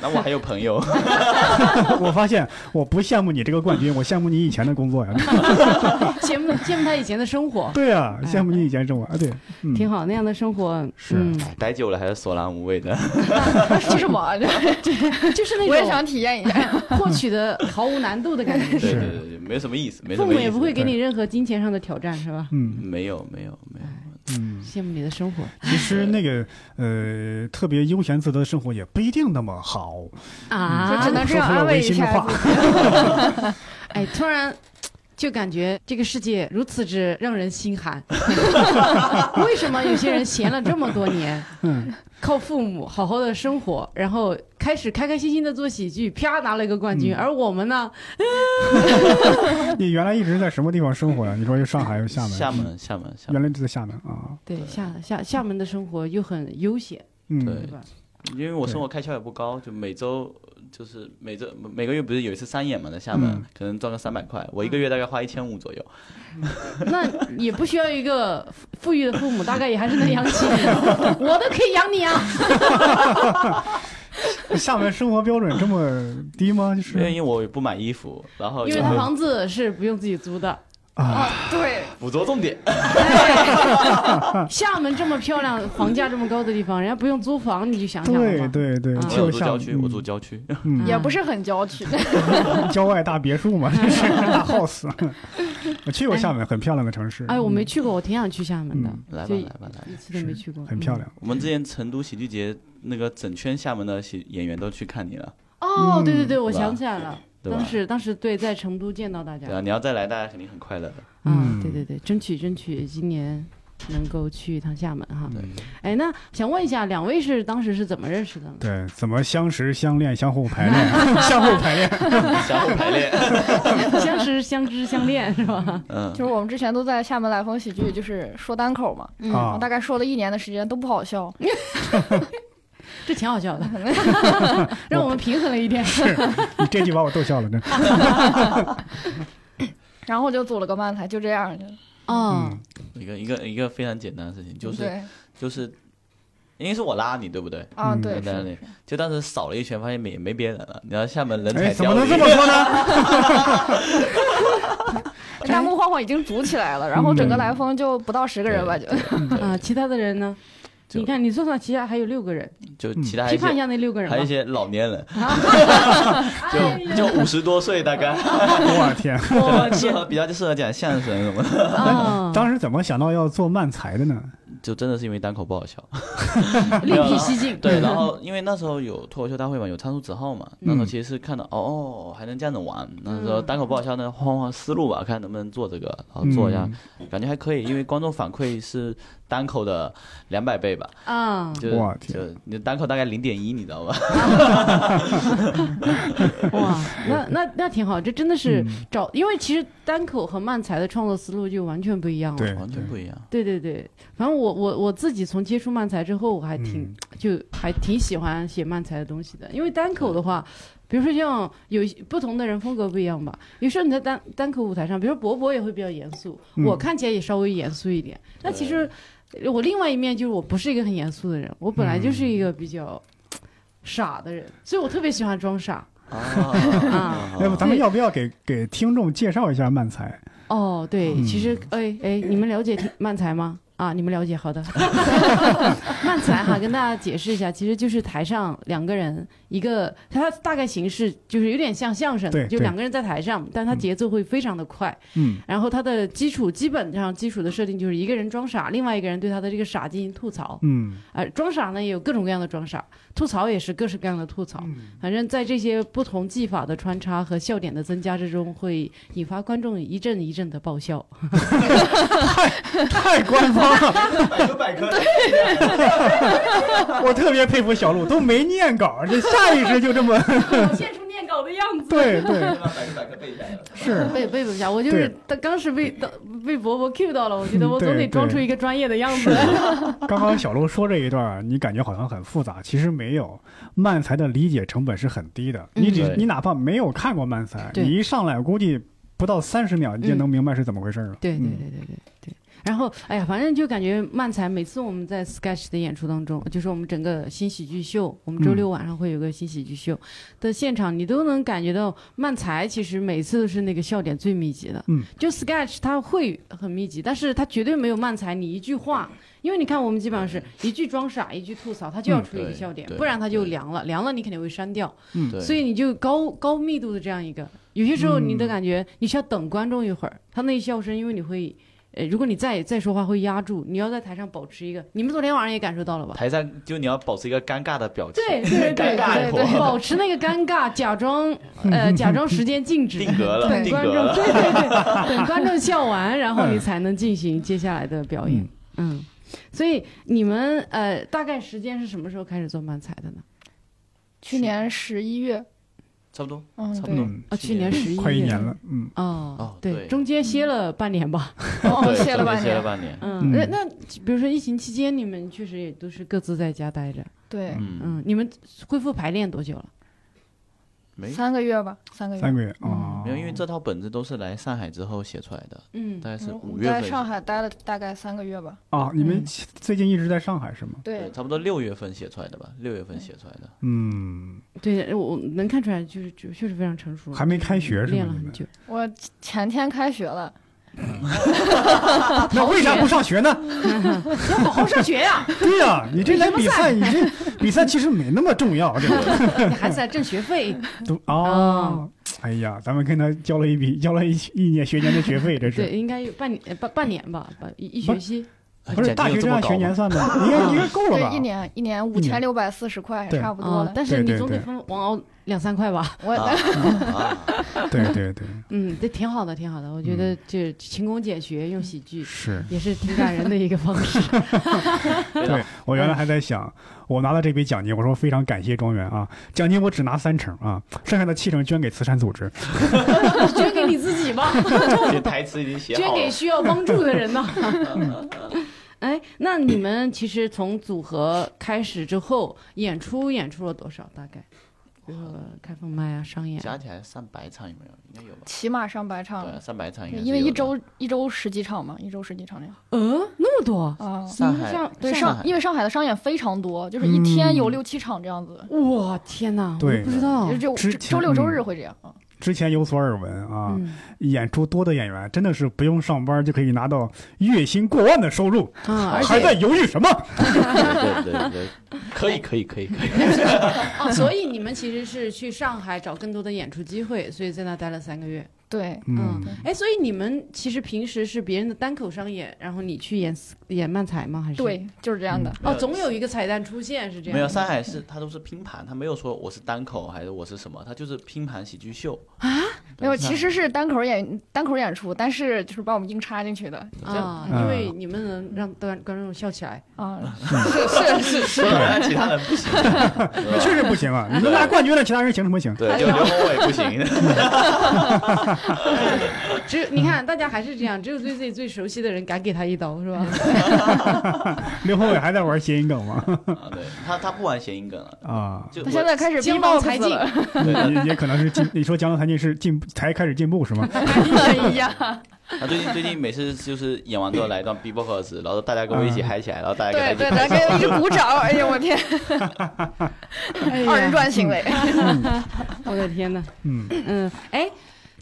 Speaker 4: 然后我还有朋友，
Speaker 2: 你。我发现我不羡慕你这个冠军，我羡慕你以前的 工作呀。
Speaker 1: 羡慕羡慕他以前的生活，
Speaker 2: 对呀，
Speaker 1: 哎
Speaker 2: 羡慕你以前生活啊，对，嗯
Speaker 1: 挺好，那样的生活
Speaker 2: 是
Speaker 1: 嗯、
Speaker 4: 待久了还是索然无味 的。
Speaker 3: 这 是我，
Speaker 1: 就是那
Speaker 3: 我也
Speaker 1: 种哎
Speaker 3: 想体 验一下。
Speaker 1: 获取的毫无难度的感 觉。
Speaker 4: 对
Speaker 2: 是
Speaker 4: 对对，对没什么意思，没什
Speaker 1: 父母
Speaker 4: 么意思。
Speaker 1: 也不会给你任何金钱上的挑战，是吧？
Speaker 2: 嗯
Speaker 4: 没有没有没有，
Speaker 2: 嗯，
Speaker 1: 羡慕你的生活，
Speaker 2: 其实那个呃，特别悠闲自得的生活也不一定那么好嗯
Speaker 1: 啊
Speaker 3: 就只能这样
Speaker 2: 说出了
Speaker 3: 安慰
Speaker 2: 违
Speaker 3: 一
Speaker 2: 心的
Speaker 3: 下
Speaker 2: 话
Speaker 3: 自。
Speaker 1: 哎，突然就感觉这个世界如此之让人心寒。 为什么有些人闲了这么多年，
Speaker 2: 嗯，
Speaker 1: 靠父母好好的生活，然后开始开开心心的做喜剧，啪拿了一个冠军，
Speaker 2: 嗯
Speaker 1: 而我们呢，
Speaker 2: 你原来一直在什么地方生活呀？你说又上海又厦门，嗯
Speaker 4: 厦门嗯厦门厦门，
Speaker 2: 原来就在厦门啊。
Speaker 1: 对厦厦厦门的生活又很悠闲，
Speaker 2: 嗯
Speaker 4: 对
Speaker 1: 对吧？
Speaker 4: 因为我生活开销也不高，就每周就是每周每个月不是有一次商演嘛，在厦门、
Speaker 2: 嗯
Speaker 4: 可能赚个三百块，我一个月大概花一千五左右。
Speaker 1: 那也不需要一个富富裕的父母，大概也还是能养起你， 我都可以养你啊。
Speaker 2: 厦门生活标准这么低吗？就
Speaker 4: 因为
Speaker 2: 是
Speaker 4: 因为我也不买衣服，然后
Speaker 1: 因为
Speaker 4: 就
Speaker 1: 他房子是不用自己租的。
Speaker 2: 啊，
Speaker 3: 啊，对，
Speaker 4: 捕捉重点，
Speaker 2: 嗯
Speaker 1: 厦门这么漂亮，房价这么高的地方，人家不用租房，你就想想了
Speaker 2: 对
Speaker 1: 嘛。
Speaker 2: 对对，
Speaker 1: 啊
Speaker 4: 我
Speaker 2: 就
Speaker 4: 有住
Speaker 2: 像
Speaker 4: 郊区，我住郊区，
Speaker 2: 嗯
Speaker 3: 也不是很郊区，
Speaker 2: 嗯郊外大 别墅嘛，这是大 house。我去过厦门，很漂亮的城市。
Speaker 1: 哎哎，我
Speaker 4: 嗯
Speaker 1: 没去过，我挺想去厦门的，
Speaker 2: 嗯
Speaker 4: 来吧
Speaker 1: 就
Speaker 4: 来吧来吧。
Speaker 1: 一次都没去过，
Speaker 2: 很漂亮。
Speaker 4: 我们之前成都喜剧节那个整圈厦门的喜演员都去看你了，
Speaker 1: 嗯。哦，对对对，我
Speaker 4: 对吧
Speaker 1: 想起来了，
Speaker 4: 对吧
Speaker 1: 当？时当时对在成都见到大家
Speaker 4: 对啊，你要再来，大家肯定很快乐的。
Speaker 1: 啊
Speaker 2: 嗯，
Speaker 1: 对对对，争取争取今年能够去一趟厦门哈。
Speaker 4: 对，
Speaker 1: 哎，那想问一下，两位是当时是怎么认识的呢？
Speaker 2: 对，怎么相识、相恋、相互排练、相互排练？
Speaker 4: 相互排练，
Speaker 1: 相识、相知、相恋是吧？
Speaker 4: 嗯
Speaker 3: 就，是我们之前都在厦门来风喜剧，就是说单口嘛，
Speaker 1: 嗯
Speaker 3: 然
Speaker 2: 啊
Speaker 3: 后大概说了一年的时间都不好笑，
Speaker 1: 这挺好 笑的，让我们平衡了一点。
Speaker 2: 你这句把我逗笑了，真。
Speaker 3: 然后就组了个漫才，就这样，
Speaker 1: 哦
Speaker 2: 嗯，
Speaker 4: 一个一个一个非常简单的事情，就是
Speaker 3: 对
Speaker 4: 就是，应该是我拉你，对不对？
Speaker 3: 啊，
Speaker 2: 嗯
Speaker 3: 对，
Speaker 4: 在那
Speaker 3: 是
Speaker 4: 里，就当时扫了一圈，发现没没别人了。然后厦门人
Speaker 2: 哎，
Speaker 4: 才
Speaker 2: 怎么
Speaker 4: 凋
Speaker 2: 能这
Speaker 4: 零
Speaker 2: 么，说呢？
Speaker 3: 弹幕晃晃已经组起来了，然后整个
Speaker 2: 嗯
Speaker 3: 来风就不到十个人吧，就
Speaker 4: 对对
Speaker 1: 啊，其他的人呢？
Speaker 4: 嗯就
Speaker 1: 你看，你算算，旗下还有六个人，
Speaker 4: 就
Speaker 2: 嗯
Speaker 4: 其他
Speaker 1: 批
Speaker 4: 一
Speaker 1: 判一
Speaker 4: 些
Speaker 1: 下那六个人吧
Speaker 4: 还有一。些老年人，
Speaker 1: 哎
Speaker 4: 就 就五十多岁大 概，
Speaker 2: 我 天，
Speaker 1: 我
Speaker 4: 适合比较适合讲相声什么的。
Speaker 1: 啊，
Speaker 2: 当时怎么想到要做漫才的呢？
Speaker 4: 就真的是因为单口不 好笑，
Speaker 1: 另辟蹊径。
Speaker 4: 对。然后因为那时候有脱口秀大会嘛，有仓鼠子浩嘛，
Speaker 1: 嗯
Speaker 4: 那时候其实是看到哦还能这样子玩。那时候单口不好笑呢，换换思路吧，看能不能做这个，然后哦做一
Speaker 2: 嗯
Speaker 4: 下，感觉还可以，因为观众反馈是单口的两百倍吧。
Speaker 1: 啊，
Speaker 4: 就
Speaker 2: 哇天
Speaker 4: 就你的单口大概零点一，你知道吧？
Speaker 1: 哇，那那那挺好，这真的是
Speaker 2: 嗯
Speaker 1: 找，因为其实单口和漫才的创作思路就完全不一样了。
Speaker 2: 对
Speaker 4: 哦完全不 一样。
Speaker 1: 对对对，反正我我我自己从接触漫才之后，我还挺、
Speaker 2: 嗯
Speaker 1: 就还挺喜欢写漫才的东西的，因为单口的话，比如说像有一些不同的人风格不一样吧，有时候你在单单口舞台上，比如说博博也会比较严肃，
Speaker 2: 嗯
Speaker 1: 我看起来也稍微严肃一点，那其实呃我另外一面就是我不是一个很严肃的人，我本来就是
Speaker 2: 嗯
Speaker 1: 一个比较。傻的人，所以我特别喜欢装 傻啊！
Speaker 2: 要不咱们要不要给给听众介绍一下漫才？
Speaker 1: 哦，对，
Speaker 2: 嗯
Speaker 1: 其实哎哎，你们了解听漫才吗？啊，你们了解，好 的。 慢起来哈，跟大家解释一下，其实就是台上两个人，一个它大概形式就是有点像相声
Speaker 2: 对，
Speaker 1: 就
Speaker 2: 对
Speaker 1: 两个人在台上，但它节奏会非常的快。
Speaker 2: 嗯，
Speaker 1: 然后它的基础基本上基础的设定就是一个人装傻，另外一个人对他的这个傻进行吐槽。
Speaker 2: 嗯
Speaker 1: 呃，装傻呢也有各种各样的装傻，吐槽也是各式各样的吐槽。
Speaker 2: 嗯
Speaker 1: 反正在这些不同技法的穿插和笑点的增加之中，会引发观众一阵一阵的爆笑。
Speaker 2: 太官方了，
Speaker 5: 百科百科，
Speaker 2: 我特别佩服小鹿，都没念稿，这下意识就 这么，
Speaker 1: 现出念稿的样子。
Speaker 2: 对对，
Speaker 5: 百科百科背一下呀。
Speaker 2: 是，
Speaker 1: 背背不下，我就是当当时被当被伯伯 Q 到了，我觉得我总
Speaker 2: 对
Speaker 1: 得装
Speaker 2: 对
Speaker 1: 出一个专业的样子。
Speaker 2: 刚刚小鹿说这一段儿，你感觉好像很复杂，其实没有。漫才的理解成本是很低的，你只
Speaker 4: 嗯对
Speaker 2: 你哪怕没有看过漫才，
Speaker 1: 对
Speaker 2: 你一上来估计不到三十秒，你就
Speaker 4: 嗯
Speaker 2: 能明白是怎么回事儿了。
Speaker 1: 对对
Speaker 2: 嗯
Speaker 1: 对对对对。然后，哎呀，反正就感觉漫才每次我们在 sketch 的演出当中，就是我们整个新喜剧秀，我们周六晚上会有个新喜剧秀的现场，你都能感觉到漫才其实每次都是那个笑点最密集的。
Speaker 2: 嗯，
Speaker 1: 就 sketch 它会很密集，但是它绝对没有漫才你一句话，因为你看我们基本上是一句装傻，一句吐槽，它就要
Speaker 2: 嗯
Speaker 1: 出一个
Speaker 4: 对
Speaker 1: 笑点，
Speaker 4: 对
Speaker 1: 不然它就
Speaker 4: 对
Speaker 1: 凉了，凉了你肯定会删掉。
Speaker 4: 对，
Speaker 1: 所以你就高高密度的这样一个，有些时候你的
Speaker 2: 嗯
Speaker 1: 感觉你需要等观众一会儿，他那一笑声，因为你会，呃，如果你再再说话会压住，你要在台上保持一个，你们昨天晚上也感受到了 吧？
Speaker 4: 台上就你要保持一个尴尬的表情，
Speaker 1: 对对对
Speaker 4: 尴尬
Speaker 1: 对
Speaker 4: 一
Speaker 1: 对，
Speaker 4: 会
Speaker 1: 保持那个尴尬，假装呃假装时间静止，
Speaker 4: 定格了
Speaker 1: 等
Speaker 4: 定
Speaker 1: 观
Speaker 4: 格
Speaker 1: 众
Speaker 4: 了
Speaker 1: 对对对，等观众笑完，然后你
Speaker 2: 嗯
Speaker 1: 才能进行接下来的表演。嗯，所以你们呃大概时间是什么时候开始做漫才的呢？
Speaker 3: 去年十一月，
Speaker 4: 差不多，
Speaker 3: 嗯，
Speaker 4: 差不
Speaker 3: 对
Speaker 4: 多，
Speaker 2: 嗯，
Speaker 1: 啊，去年十一
Speaker 2: 快一年了，嗯，
Speaker 1: 哦
Speaker 4: 哦，
Speaker 1: 对，
Speaker 4: 对
Speaker 1: 中间歇了半年吧。
Speaker 3: 哦，
Speaker 4: 对
Speaker 3: 歇了半
Speaker 4: 歇了
Speaker 3: 年，
Speaker 4: 半年，
Speaker 1: 嗯， 那
Speaker 2: 嗯
Speaker 1: 那比如说疫情期间，你们确实也都是各自在家待着。
Speaker 3: 对，
Speaker 4: 嗯，
Speaker 1: 嗯，你们恢复排练多久了？
Speaker 4: 没
Speaker 3: 三个月吧，三个月
Speaker 2: 三，个月啊，
Speaker 4: 没有，因为这套本子都是来上海之后写出来的，
Speaker 1: 嗯
Speaker 4: 大概是
Speaker 3: 嗯我
Speaker 4: 五
Speaker 3: 们
Speaker 4: 月
Speaker 3: 在
Speaker 4: 份，
Speaker 3: 上海待了大概三个月吧，
Speaker 2: 啊，你们
Speaker 1: 嗯
Speaker 2: 最近一直在上海是吗？
Speaker 4: 对，
Speaker 3: 对，
Speaker 4: 差不多六月份写出来的吧，六月份写出来的，
Speaker 2: 嗯，
Speaker 1: 对，我我能看出来，就是就确实非常成熟了，
Speaker 2: 还没开学是
Speaker 1: 练了
Speaker 2: 吗？你
Speaker 1: 很
Speaker 2: 们
Speaker 1: 久。
Speaker 3: 我前天开学了，
Speaker 2: 那为啥不上学呢？
Speaker 1: 要好哦好上学呀，
Speaker 2: 对呀，你这来比赛，你这比赛其实没那么重要，这个
Speaker 1: 你孩子还挣学 费。
Speaker 2: 都哦，哎呀，咱们跟他交了一笔，交了一一年学年的学费，这是
Speaker 1: 对，。应该有半年呃半半年吧，半一一
Speaker 2: 不
Speaker 1: 学
Speaker 2: 是
Speaker 1: 期。
Speaker 2: 不是
Speaker 4: 奖金
Speaker 2: 大
Speaker 4: 有
Speaker 2: 学这
Speaker 4: 这么
Speaker 2: 样
Speaker 4: 高
Speaker 2: 学
Speaker 4: 吗
Speaker 2: 年算的，应该应该够了吧？
Speaker 3: 对，
Speaker 4: 啊
Speaker 3: 一年一年五千六百四十块，
Speaker 2: 对
Speaker 3: 差不多
Speaker 1: 哦
Speaker 3: 了，。
Speaker 1: 但是
Speaker 2: 对
Speaker 1: 你
Speaker 2: 对
Speaker 1: 总得
Speaker 2: 对
Speaker 1: 分往往两三块吧。
Speaker 3: 我
Speaker 4: 啊啊，
Speaker 2: 对对对，
Speaker 1: 嗯，这挺好的，挺好的。我觉
Speaker 2: 嗯
Speaker 1: 得这勤工俭学，用喜剧
Speaker 2: 是。
Speaker 1: 也是挺感人的一个方式。
Speaker 2: 对我原来还在想，我拿到这笔奖金，我说非常感谢庄园啊，奖金我只拿三成啊，剩下的七成捐给慈善组织。
Speaker 1: 捐给你自己吧。
Speaker 4: 这台词已经写
Speaker 1: 捐
Speaker 4: 好
Speaker 1: 给
Speaker 4: 了，
Speaker 1: 需要帮助的人呢。 哎，那你们其实从组合开始之后，演出演出了多少？大概，比如说开放麦啊，商演啊。
Speaker 4: 加起来上百场有没有？应该有吧，
Speaker 3: 起码上百场
Speaker 4: 对，啊
Speaker 3: 了，
Speaker 4: 上百场应该是
Speaker 3: 因为
Speaker 4: 有
Speaker 3: 一
Speaker 4: 的
Speaker 3: 周一周十几场嘛，一周十几场那样
Speaker 1: 呃，那么多？
Speaker 3: 啊。
Speaker 4: 上
Speaker 1: 你们
Speaker 4: 海
Speaker 1: 上
Speaker 3: 对
Speaker 4: 上
Speaker 3: 上
Speaker 4: 海，
Speaker 3: 因为上海的商演非常多，就是一天有
Speaker 2: 嗯
Speaker 3: 六七场这样子，
Speaker 1: 哇，天哪！
Speaker 2: 对
Speaker 1: 我不知
Speaker 4: 哦
Speaker 1: 道
Speaker 3: 就。就
Speaker 2: 之
Speaker 3: 周
Speaker 2: 前
Speaker 3: 周六周日
Speaker 2: 嗯
Speaker 3: 会这样啊。
Speaker 2: 之前有所耳闻啊，
Speaker 1: 嗯
Speaker 2: 演出多的演员真的是不用上班就可以拿到月薪过万的收入，
Speaker 1: 啊，而
Speaker 2: 还
Speaker 1: 且
Speaker 2: 在犹豫什么？
Speaker 4: 对对对对，可以可以可以可以，
Speaker 1: 哦，所以你们其实是去上海找更多的演出机会，所以在那待了三个月。
Speaker 3: 对，
Speaker 1: 嗯
Speaker 2: 嗯，，
Speaker 1: 哎，所以你们其实平时是别人的单口商演，然后你去演演漫才吗？还是？
Speaker 3: 对，就是这样
Speaker 4: 嗯
Speaker 3: 的。
Speaker 1: 哦，总有一个彩蛋出现，是这样。
Speaker 4: 没有上海是它都是拼盘，它没有说我是单口还是我是什么，它就是拼盘喜剧秀啊，
Speaker 3: 没有，其实是单口演单口演出，但是就是把我们硬插进去的哦
Speaker 1: 啊，
Speaker 2: 嗯
Speaker 1: 因为你们能让观观众笑起来，
Speaker 3: 啊，是是是是，
Speaker 4: 那其他人不 行，
Speaker 2: 确实不 行啊！你都拿冠军了，其他人行什么行？
Speaker 3: 哎
Speaker 4: 对，就刘宏伟 不行，
Speaker 1: 只有你看大家还是这样，只有对自己最熟悉的人敢给他一刀，是吧？
Speaker 3: 嗯
Speaker 2: 刘宏伟还在玩谐音梗 吗？
Speaker 4: 啊对他他不玩谐音梗了，
Speaker 2: 啊，
Speaker 4: 就
Speaker 3: 他
Speaker 4: 我
Speaker 3: 现在开始
Speaker 1: 江
Speaker 3: 逼
Speaker 1: 郎
Speaker 3: 爆
Speaker 1: 才
Speaker 3: 才
Speaker 1: 尽
Speaker 3: 尽，
Speaker 4: 对
Speaker 2: 也也可能是进，你说江郎才尽是进才开始进步 是吗？
Speaker 3: 哎呀，
Speaker 4: 他最近最近每次就是演完之后来一段 B-box，然后大家跟我一起嗨起来，然后大
Speaker 3: 嗯
Speaker 4: 家
Speaker 3: 对
Speaker 4: 给
Speaker 3: 对，
Speaker 4: 他
Speaker 3: 咱 跟
Speaker 4: 一起
Speaker 3: 一直鼓掌，哎呀，我天，
Speaker 1: 哎
Speaker 3: 二人
Speaker 1: 呀，
Speaker 3: 转行为，
Speaker 1: 我的天呐，
Speaker 2: 嗯
Speaker 1: 嗯，哎，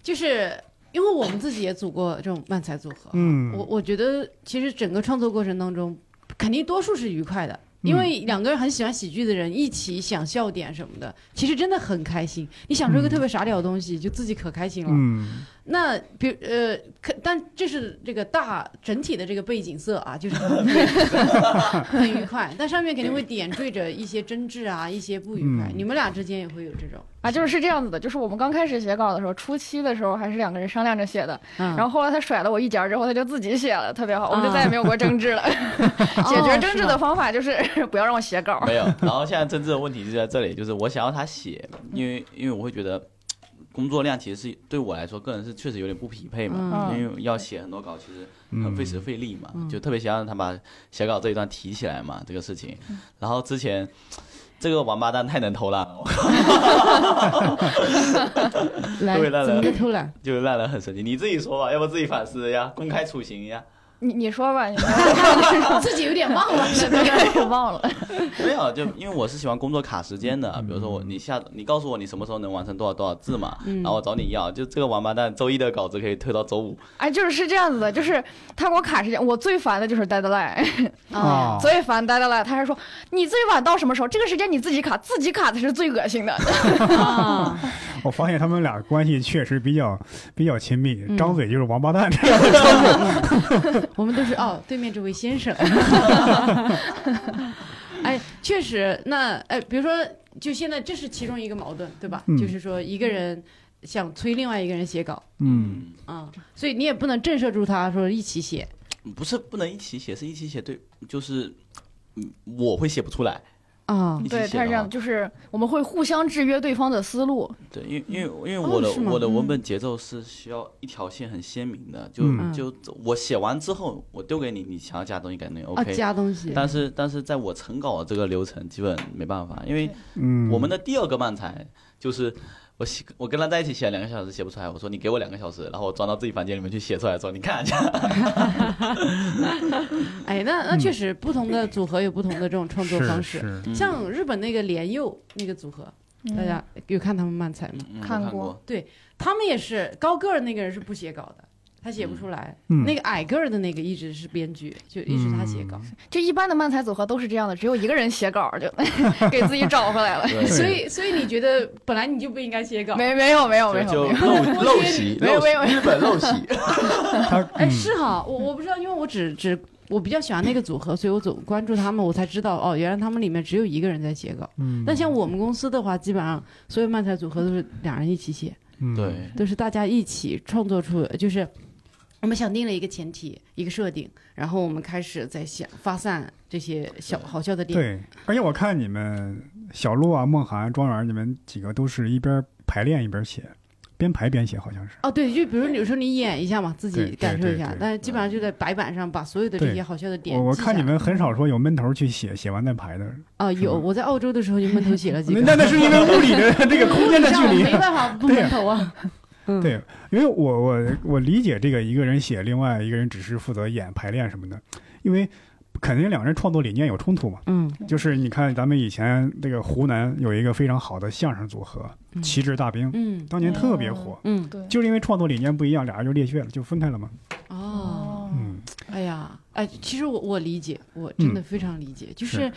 Speaker 1: 就是因为我们自己也组过这种漫才组合，
Speaker 2: 嗯
Speaker 1: 我我觉得其实整个创作过程当中，肯定多数是愉快的。
Speaker 2: 嗯
Speaker 1: 因为两个人很喜欢喜剧的人一起想笑点什么的，其实真的很开心。你想出一个特别傻屌的东西，就自己可开心了。
Speaker 2: 嗯，
Speaker 1: 那比如呃，可但这是这个大整体的这个背景色啊，就是很愉快，但上面肯定会点缀着一些争执啊，一些不愉快。
Speaker 2: 嗯
Speaker 1: 你们俩之间也会有这种，
Speaker 3: 啊，就是是这样子的，就是我们刚开始写稿的时候，初期的时候还是两个人商量着写的，
Speaker 1: 嗯、
Speaker 3: 然后后来他甩了我一截儿之后，他就自己写了，特别好，我们就
Speaker 1: 啊
Speaker 3: 再也没有过争执了。 解决争执的
Speaker 1: 哦
Speaker 3: 方法就是 不要让我写稿。
Speaker 4: 没有。然后现在真正的问题就在这里，就是我想要他写，因为因为我会觉得工作量其实是对我来说，个人是确实有点不匹配嘛，
Speaker 3: 嗯
Speaker 4: 因为要写很多稿，其实很
Speaker 2: 嗯
Speaker 4: 费时费力嘛，
Speaker 1: 嗯
Speaker 4: 就特别想让他把写稿这一段提起来嘛，这个事情。然后之前这个王八蛋太能偷懒了，
Speaker 1: 是吗来
Speaker 4: 对来
Speaker 1: 怎么
Speaker 4: 来
Speaker 1: 个偷 懒？
Speaker 4: 就让人很生气。你自己说吧，要不自己反思呀，公开处刑呀。
Speaker 1: 嗯
Speaker 3: 你你说吧，你
Speaker 1: 啊自己有点忘了，是不 是？
Speaker 3: 我 忘了。
Speaker 4: 没有，就因为我是喜欢工作卡时间的，比如说我你下你告诉我你什么时候能完成多少多少字嘛，然后我找你要，就这个王八蛋周一的稿子可以推到周五，
Speaker 3: 哎，就是是这样子的，就是他给我卡时间，我最烦的就是 deadline，
Speaker 2: 啊，
Speaker 3: 最烦 deadline。他还说你最晚到什么时候？这个时间你自己卡，自己卡才是最恶心的。
Speaker 1: 啊，
Speaker 2: 我发现他们俩关系确实比较比较亲密，
Speaker 1: 嗯
Speaker 2: 张嘴就是王八 蛋。
Speaker 1: 我们都是哦，对面这位先生。哎，确实，那哎，比如说，就现在这是其中一个矛盾，对吧？
Speaker 2: 嗯
Speaker 1: 就是说，一个人想催另外一个人写稿，
Speaker 2: 嗯，
Speaker 1: 啊、所以你也不能震慑住他说一起写，
Speaker 4: 不是不能一起写，是一起写对，就是嗯我会写不出来，
Speaker 1: 啊
Speaker 4: 一起
Speaker 3: 对，
Speaker 4: 写
Speaker 3: 他是这
Speaker 4: 的
Speaker 3: 样的，
Speaker 4: 话
Speaker 3: 就是我们会互相制约对方的思路。
Speaker 4: 对，因为因为因为
Speaker 1: 哦
Speaker 4: 我的、
Speaker 1: 是吗
Speaker 4: 我的文
Speaker 3: 嗯
Speaker 4: 本节奏是需要一条线很鲜明的，就、
Speaker 2: 嗯
Speaker 4: 就我写完之后，我丢给你，你想要加东西肯定
Speaker 1: 啊
Speaker 4: OK，、
Speaker 1: 加东西，
Speaker 4: 但是但是在我成稿的这个流程基本没办法，因为
Speaker 2: 嗯，
Speaker 4: 我们的第二个漫才就是我写我跟他在一起写了两个小时写不出来，我说你给我两个小时，然后我装到自己房间里面去写出来之后，你看一下，
Speaker 1: 哎，那那确实不同的组合有不同的这种创作
Speaker 2: 嗯是
Speaker 1: 方式，
Speaker 2: 是，
Speaker 1: 像日本那个莲佑那个组合，
Speaker 3: 嗯
Speaker 1: 大家有看他们漫才吗？
Speaker 4: 嗯、我
Speaker 3: 看
Speaker 4: 看
Speaker 3: 过
Speaker 4: 过，
Speaker 1: 他们也是高个儿那个人是不写稿的，他写不出来，
Speaker 2: 嗯
Speaker 1: 那个矮个儿的那个一直是编剧，就一直他写稿，
Speaker 2: 嗯
Speaker 3: 就一般的漫才组合都是这样的，只有一个人写稿就 给自己找回来 了。
Speaker 4: 对，
Speaker 1: 所以所以你觉得本来你就不应该写稿，
Speaker 3: 没没有没有没有没
Speaker 4: 就
Speaker 3: 有，
Speaker 4: 陋陋习，
Speaker 3: 没有
Speaker 4: 陋
Speaker 3: 没有没
Speaker 4: 习，日本陋习，
Speaker 2: 他
Speaker 1: 哎，
Speaker 2: 嗯
Speaker 1: 是哈，我我不知道，因为我只只我比较喜欢那个组合，所以我总关注他们，我才知道哦，原来他们里面只有一个人在写稿。
Speaker 2: 嗯
Speaker 1: 但像我们公司的话，基本上所有漫才组合都是两人一起写，
Speaker 2: 嗯
Speaker 4: 对。
Speaker 1: 都是大家一起创作出，就是我们想定了一个前提，一个设定，然后我们开始在想发散这些小好笑的点。
Speaker 2: 对，而且我看你们小鹿啊、梦涵、庄园，你们几个都是一边排练一边写，边排边写，好像是。
Speaker 1: 哦，对，就比如有时候你演一下嘛，自
Speaker 2: 对
Speaker 1: 己
Speaker 2: 对
Speaker 1: 感受一
Speaker 2: 对
Speaker 1: 下
Speaker 2: 对，
Speaker 1: 但是基本上就在白板上把所有的这
Speaker 2: 对
Speaker 1: 些好笑的点
Speaker 2: 我我
Speaker 1: 记
Speaker 2: 看
Speaker 1: 下
Speaker 2: 你
Speaker 1: 来
Speaker 2: 们很少说有闷头去写，写完再排的。
Speaker 1: 啊，
Speaker 2: 是
Speaker 1: 有
Speaker 2: 吗
Speaker 1: 我在澳洲的时候就闷头写 了几
Speaker 2: 那
Speaker 1: 个，
Speaker 2: 那那 是因为物理的这个空间的距
Speaker 1: 上
Speaker 2: 离
Speaker 1: 没。办 法不闷头啊。嗯
Speaker 2: 对，因为我我我理解这个一个人写，另外一个人只是负责演排练什么的，因为肯定两人创作理念有冲突嘛。
Speaker 1: 嗯
Speaker 2: 就是你看咱们以前那个湖南有一个非常好的相声组合
Speaker 1: 嗯
Speaker 2: 旗帜大兵，
Speaker 1: 嗯
Speaker 2: 当年特别火，
Speaker 1: 嗯
Speaker 3: 对
Speaker 2: 就是因为创作理念不一样，俩人就裂穴了，就分开了嘛。
Speaker 1: 哦。
Speaker 2: 嗯
Speaker 1: 哎呀，哎，其实我我理解，我真的非常理解，就是
Speaker 2: 是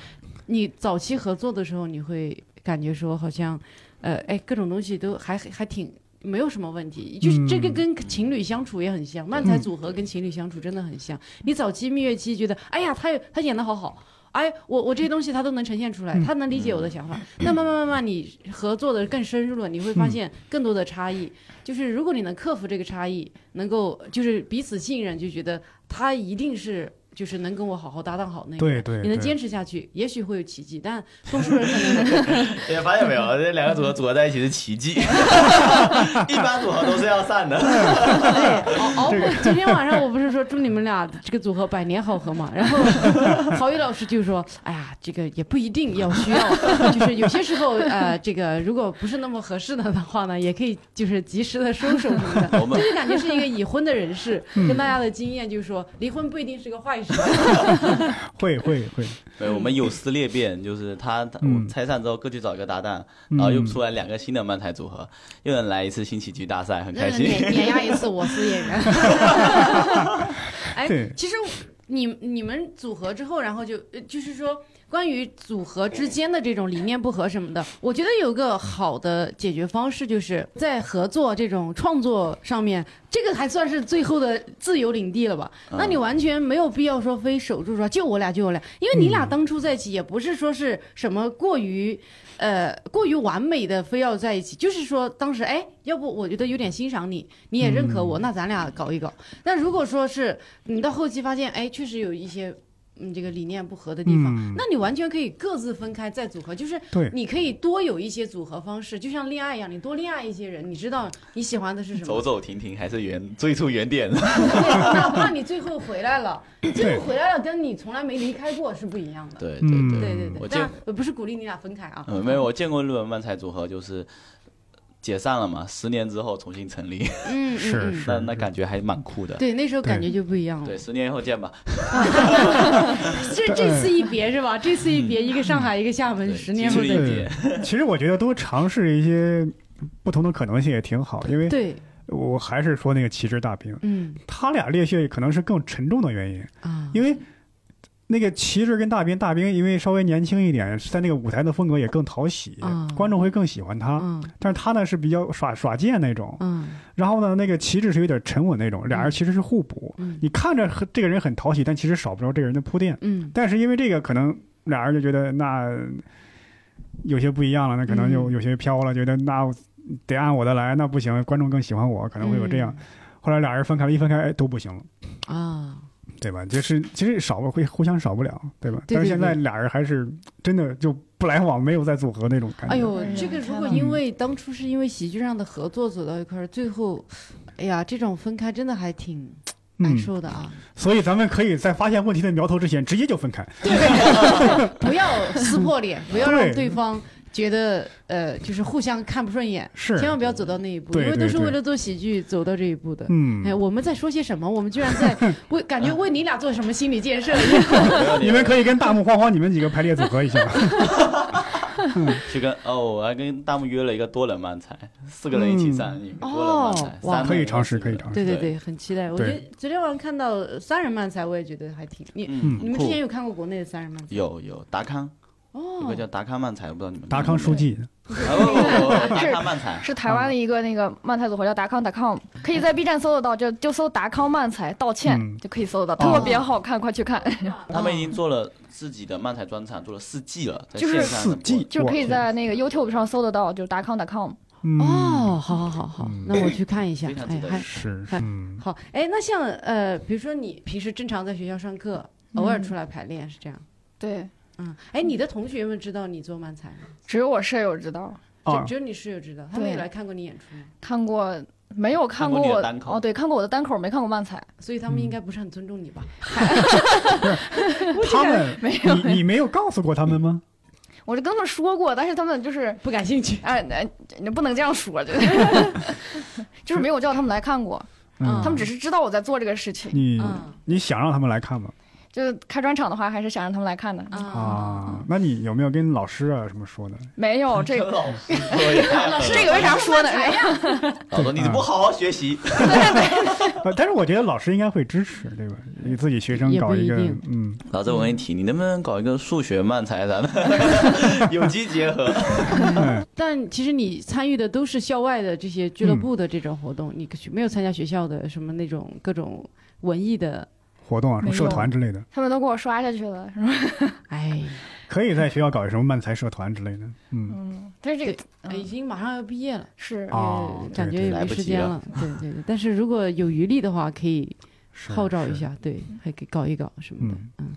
Speaker 1: 你早期合作的时候，你会感觉说好像，呃，哎，各种东西都还还挺。没有什么问题，就是这个
Speaker 2: 嗯
Speaker 1: 跟情侣相处也很像，漫才
Speaker 2: 嗯
Speaker 1: 组合跟情侣相处真的很像。你早期蜜月期觉得，哎呀，他他演的好好，哎，我我这些东西他都能呈现出来，
Speaker 2: 嗯
Speaker 1: 他能理解我的想法。那慢慢慢慢，你合作的更深入了，你会
Speaker 2: 嗯
Speaker 1: 发现更多的差异。就是如果你能克服这个差异，能够就是彼此信任，就觉得他一定是就是能跟我好好搭档好那个人。
Speaker 2: 对对
Speaker 1: 你能
Speaker 2: 对
Speaker 1: 坚持下去，也许会有奇迹，但多数人可 能
Speaker 4: 也发 现没有，这两个组合组合在一起是奇 迹，一般组合都是要散的。
Speaker 1: 熬熬过。昨天晚上我不是说祝你们俩这个组合百年好合嘛，然 后郝宇老师就说：“哎呀，这个也不一定要需要， 就是有些时候呃，这个如果不是那么合适的的话呢，也可以就是及时的 收手什么的。”
Speaker 4: 我们
Speaker 1: 这就感觉是一个已婚的人士跟大家的经验，就是说离婚不一定是个坏
Speaker 3: 是吧？
Speaker 2: 会会会，
Speaker 4: 对，我们有撕裂变，就是他他
Speaker 2: 嗯
Speaker 4: 我拆散之后各去找一个搭档，
Speaker 2: 嗯
Speaker 4: 然后又出来两个新的漫才组合，又能来一次新喜剧大赛，很开心。
Speaker 1: 碾碾压一次我司演员。 哎
Speaker 2: 对，
Speaker 1: 其实你你们组合之后，然后就呃就是说。关于组合之间的这种理念不合什么的，我觉得有个好的解决方式，就是在合作这种创作上面，这个还算是最后的自由领地了吧？那你完全没有必要说非守住说就我俩就我俩，因为你俩当初在一起也不是说是什么过于呃过于完美的非要在一起，就是说当时哎，要不我觉得有点欣赏你，你也认可我，那咱俩搞一搞。但如果说是你到后期发现哎，确实有一些嗯这个理念不合的地方。
Speaker 2: 嗯
Speaker 1: 那你完全可以各自分开再组合，就是
Speaker 2: 对
Speaker 1: 你可以多有一些组合方式，就像恋爱一样，你多恋爱一些人，你知道你喜欢的是什么
Speaker 4: 走。走停停，还是原最初原点。
Speaker 1: 对，哪怕你最后回来 了，最
Speaker 2: 对
Speaker 1: 后回来了跟你从来没离开过是不一样的。
Speaker 4: 对对
Speaker 2: 嗯
Speaker 4: 对，
Speaker 1: 对对
Speaker 4: 我
Speaker 1: 对，啊
Speaker 4: 见
Speaker 1: 但我不是鼓励你俩分开啊。
Speaker 4: 嗯，没有，我见过日本漫才组合，就是解散了嘛，十年之后重新成立，
Speaker 1: 嗯，嗯
Speaker 2: 是
Speaker 1: 嗯
Speaker 2: 是
Speaker 4: 那那感觉还蛮酷的。
Speaker 1: 对，那时候感觉就不一样了。
Speaker 4: 对，十年后见吧。
Speaker 1: 这这次一别是吧？这次一
Speaker 2: 嗯
Speaker 1: 别，一个上海，一个厦门，
Speaker 4: 对
Speaker 1: 十年后
Speaker 4: 其实
Speaker 1: 的。
Speaker 4: 一
Speaker 2: 对
Speaker 4: 点，
Speaker 2: 其实我觉得多尝试一些不同的可能性也挺好，因为
Speaker 1: 对，
Speaker 2: 我还是说那个旗帜大兵，
Speaker 1: 嗯
Speaker 2: 他俩裂穴可能是更沉重的原因，
Speaker 1: 啊，
Speaker 2: 因为那个旗帜跟大兵，大兵因为稍微年轻一点，在那个舞台的风格也更讨喜，
Speaker 1: 啊
Speaker 2: 观众会更喜欢他。
Speaker 1: 嗯
Speaker 2: 但是他呢是比较耍耍贱那种，
Speaker 1: 嗯
Speaker 2: 然后呢那个旗帜是有点沉稳那种，俩人其实是互补。
Speaker 1: 嗯
Speaker 2: 你看着很这个人很讨喜，但其实少不着这个人的铺垫。
Speaker 1: 嗯
Speaker 2: 但是因为这个，可能俩人就觉得那有些不一样了，那可能就
Speaker 1: 嗯
Speaker 2: 有些飘了，觉得那得按我的来，那不行，观众更喜欢我，可能会有这样。
Speaker 1: 嗯
Speaker 2: 后来俩人分开了，一分开哎都不行了，
Speaker 1: 啊，
Speaker 2: 对吧？就是其实少不会互相少不了，对吧？
Speaker 1: 对对
Speaker 2: 但是现在
Speaker 1: 对
Speaker 2: 俩人还是真的就不来往，没有再组合那种感觉。
Speaker 1: 哎呦，
Speaker 3: 嗯
Speaker 1: 这个如果
Speaker 3: 嗯
Speaker 1: 因为当初是因为喜剧上的合作走到一块儿，最后，哎呀，这种分开真的还挺难
Speaker 2: 嗯，
Speaker 1: 受的啊。
Speaker 2: 所以咱们可以在发现问题的苗头之前直接就分开。嗯
Speaker 1: 不要撕破 脸，不要让
Speaker 2: 对
Speaker 1: 对方觉得呃，就是互相看不顺眼，
Speaker 2: 是，
Speaker 1: 千万不要走到那一步，
Speaker 2: 对
Speaker 1: 因为
Speaker 2: 对
Speaker 1: 都是
Speaker 2: 对
Speaker 1: 为了做喜剧走到这一步的。
Speaker 2: 嗯
Speaker 1: 哎，，我们在说些什么？我们居然 在为感觉为你俩做什么心理建设一样。
Speaker 2: 你们可以跟大木花花你们几个排列组合一下。
Speaker 4: 去跟哦，我还跟大木约了一个多人漫才，四个人一起上，一个多人漫才
Speaker 1: 哦，哇
Speaker 4: 三个
Speaker 2: 可以
Speaker 4: 人
Speaker 2: 尝试可以尝
Speaker 1: 对对
Speaker 4: 对
Speaker 1: 对，很期待。我觉
Speaker 2: 对
Speaker 1: 得昨天晚上看到呃三人漫才，我也觉得还挺你
Speaker 4: 嗯，
Speaker 1: 你们
Speaker 4: 酷
Speaker 1: 之前有看过国内的三人漫才？
Speaker 4: 有有达康，有
Speaker 1: 哦
Speaker 4: 个，叫达康漫才，我不知道你们
Speaker 2: 达康书记，
Speaker 4: 哦，哦哦达康漫才，
Speaker 3: 是台湾的一个那个漫才组合叫达康达康，可以在 B 站搜得到，就就搜达康漫才道歉、
Speaker 2: 嗯
Speaker 3: 就可以搜得到，
Speaker 2: 哦
Speaker 3: 特别好看，快去看，
Speaker 4: 他们已经做了自己的漫才专场，做了四季了，在
Speaker 3: 就是
Speaker 4: 线上
Speaker 2: 四
Speaker 4: 的播
Speaker 2: 季
Speaker 3: 就是可以在那个 YouTube 上搜得到，就是达康达康。
Speaker 2: 嗯
Speaker 1: 哦，好好好好
Speaker 2: 嗯，
Speaker 1: 那我去看一下
Speaker 4: 非。常
Speaker 1: 哎
Speaker 4: 值，得
Speaker 1: 还
Speaker 2: 是
Speaker 1: 哎
Speaker 2: 嗯，
Speaker 1: 好，哎，那像呃，比如说你平时正常在学校上课，偶尔出来排练是这样。
Speaker 3: 对，
Speaker 1: 嗯，哎，你的同学们知道你做漫才吗？
Speaker 3: 只有我舍友知道，
Speaker 2: 啊
Speaker 1: 只只有你室友知道，他们
Speaker 3: 对
Speaker 1: 也来看过你演出吗？
Speaker 3: 看过没有看
Speaker 4: 看过你
Speaker 3: 我
Speaker 4: 的单口
Speaker 3: 哦，对，看过我的单口，没看过漫才。
Speaker 1: 所以他们应该不是很尊重你吧？
Speaker 2: 他 们
Speaker 3: 没有
Speaker 2: 你你没有告诉过他们吗？
Speaker 3: 我就跟他们说过，但是他们就是
Speaker 1: 不感兴趣。
Speaker 3: 哎哎，你不能这样说，就是 就是没有叫他们来看过，
Speaker 1: 嗯
Speaker 3: 他们只是知道我在做这个事情。
Speaker 2: 你
Speaker 1: 嗯
Speaker 2: 你想让他们来看吗？
Speaker 3: 就是开专场的话，还是想让他们来看的。
Speaker 1: 啊
Speaker 2: 啊，那你有没有跟老师啊什么说的？
Speaker 3: 没有这
Speaker 4: 跟
Speaker 3: 个，
Speaker 4: 老师说也太狠了
Speaker 3: 这个为啥说呢？哎
Speaker 4: 老师，你怎么不好好学习？
Speaker 2: 嗯呃，但是我觉得老师应该会支持，对吧？你
Speaker 3: 嗯
Speaker 2: 自己学生
Speaker 1: 也不
Speaker 2: 搞一
Speaker 1: 一
Speaker 2: 个
Speaker 1: 定，
Speaker 2: 嗯，
Speaker 4: 老师，我问你提，你能不能搞一个数学漫才啥的，有机结合？
Speaker 1: 但其实你参与的都是校外的这些俱乐部的这种活动，你可没有参加学校的什么那种各种文艺的。
Speaker 2: 活动啊，什么
Speaker 3: 没
Speaker 2: 社
Speaker 3: 有
Speaker 2: 团之类的，
Speaker 3: 他们都给我刷下去了，
Speaker 4: 嗯
Speaker 3: 是吧？
Speaker 1: 哎，
Speaker 2: 可以在学校搞一什么漫才社团之类的，嗯，
Speaker 3: 嗯，但是这个
Speaker 4: 哎
Speaker 1: 已经马上要毕业了，
Speaker 3: 是
Speaker 2: 哦
Speaker 1: 也
Speaker 2: 对
Speaker 1: 感觉也
Speaker 4: 对来
Speaker 1: 没
Speaker 4: 不
Speaker 1: 时
Speaker 4: 及
Speaker 1: 间
Speaker 4: 了
Speaker 1: 了。对对对，但是如果有余力的话，可以
Speaker 2: 是
Speaker 1: 号召一，下，对，还可以搞一搞什么的
Speaker 2: 嗯。
Speaker 1: 嗯，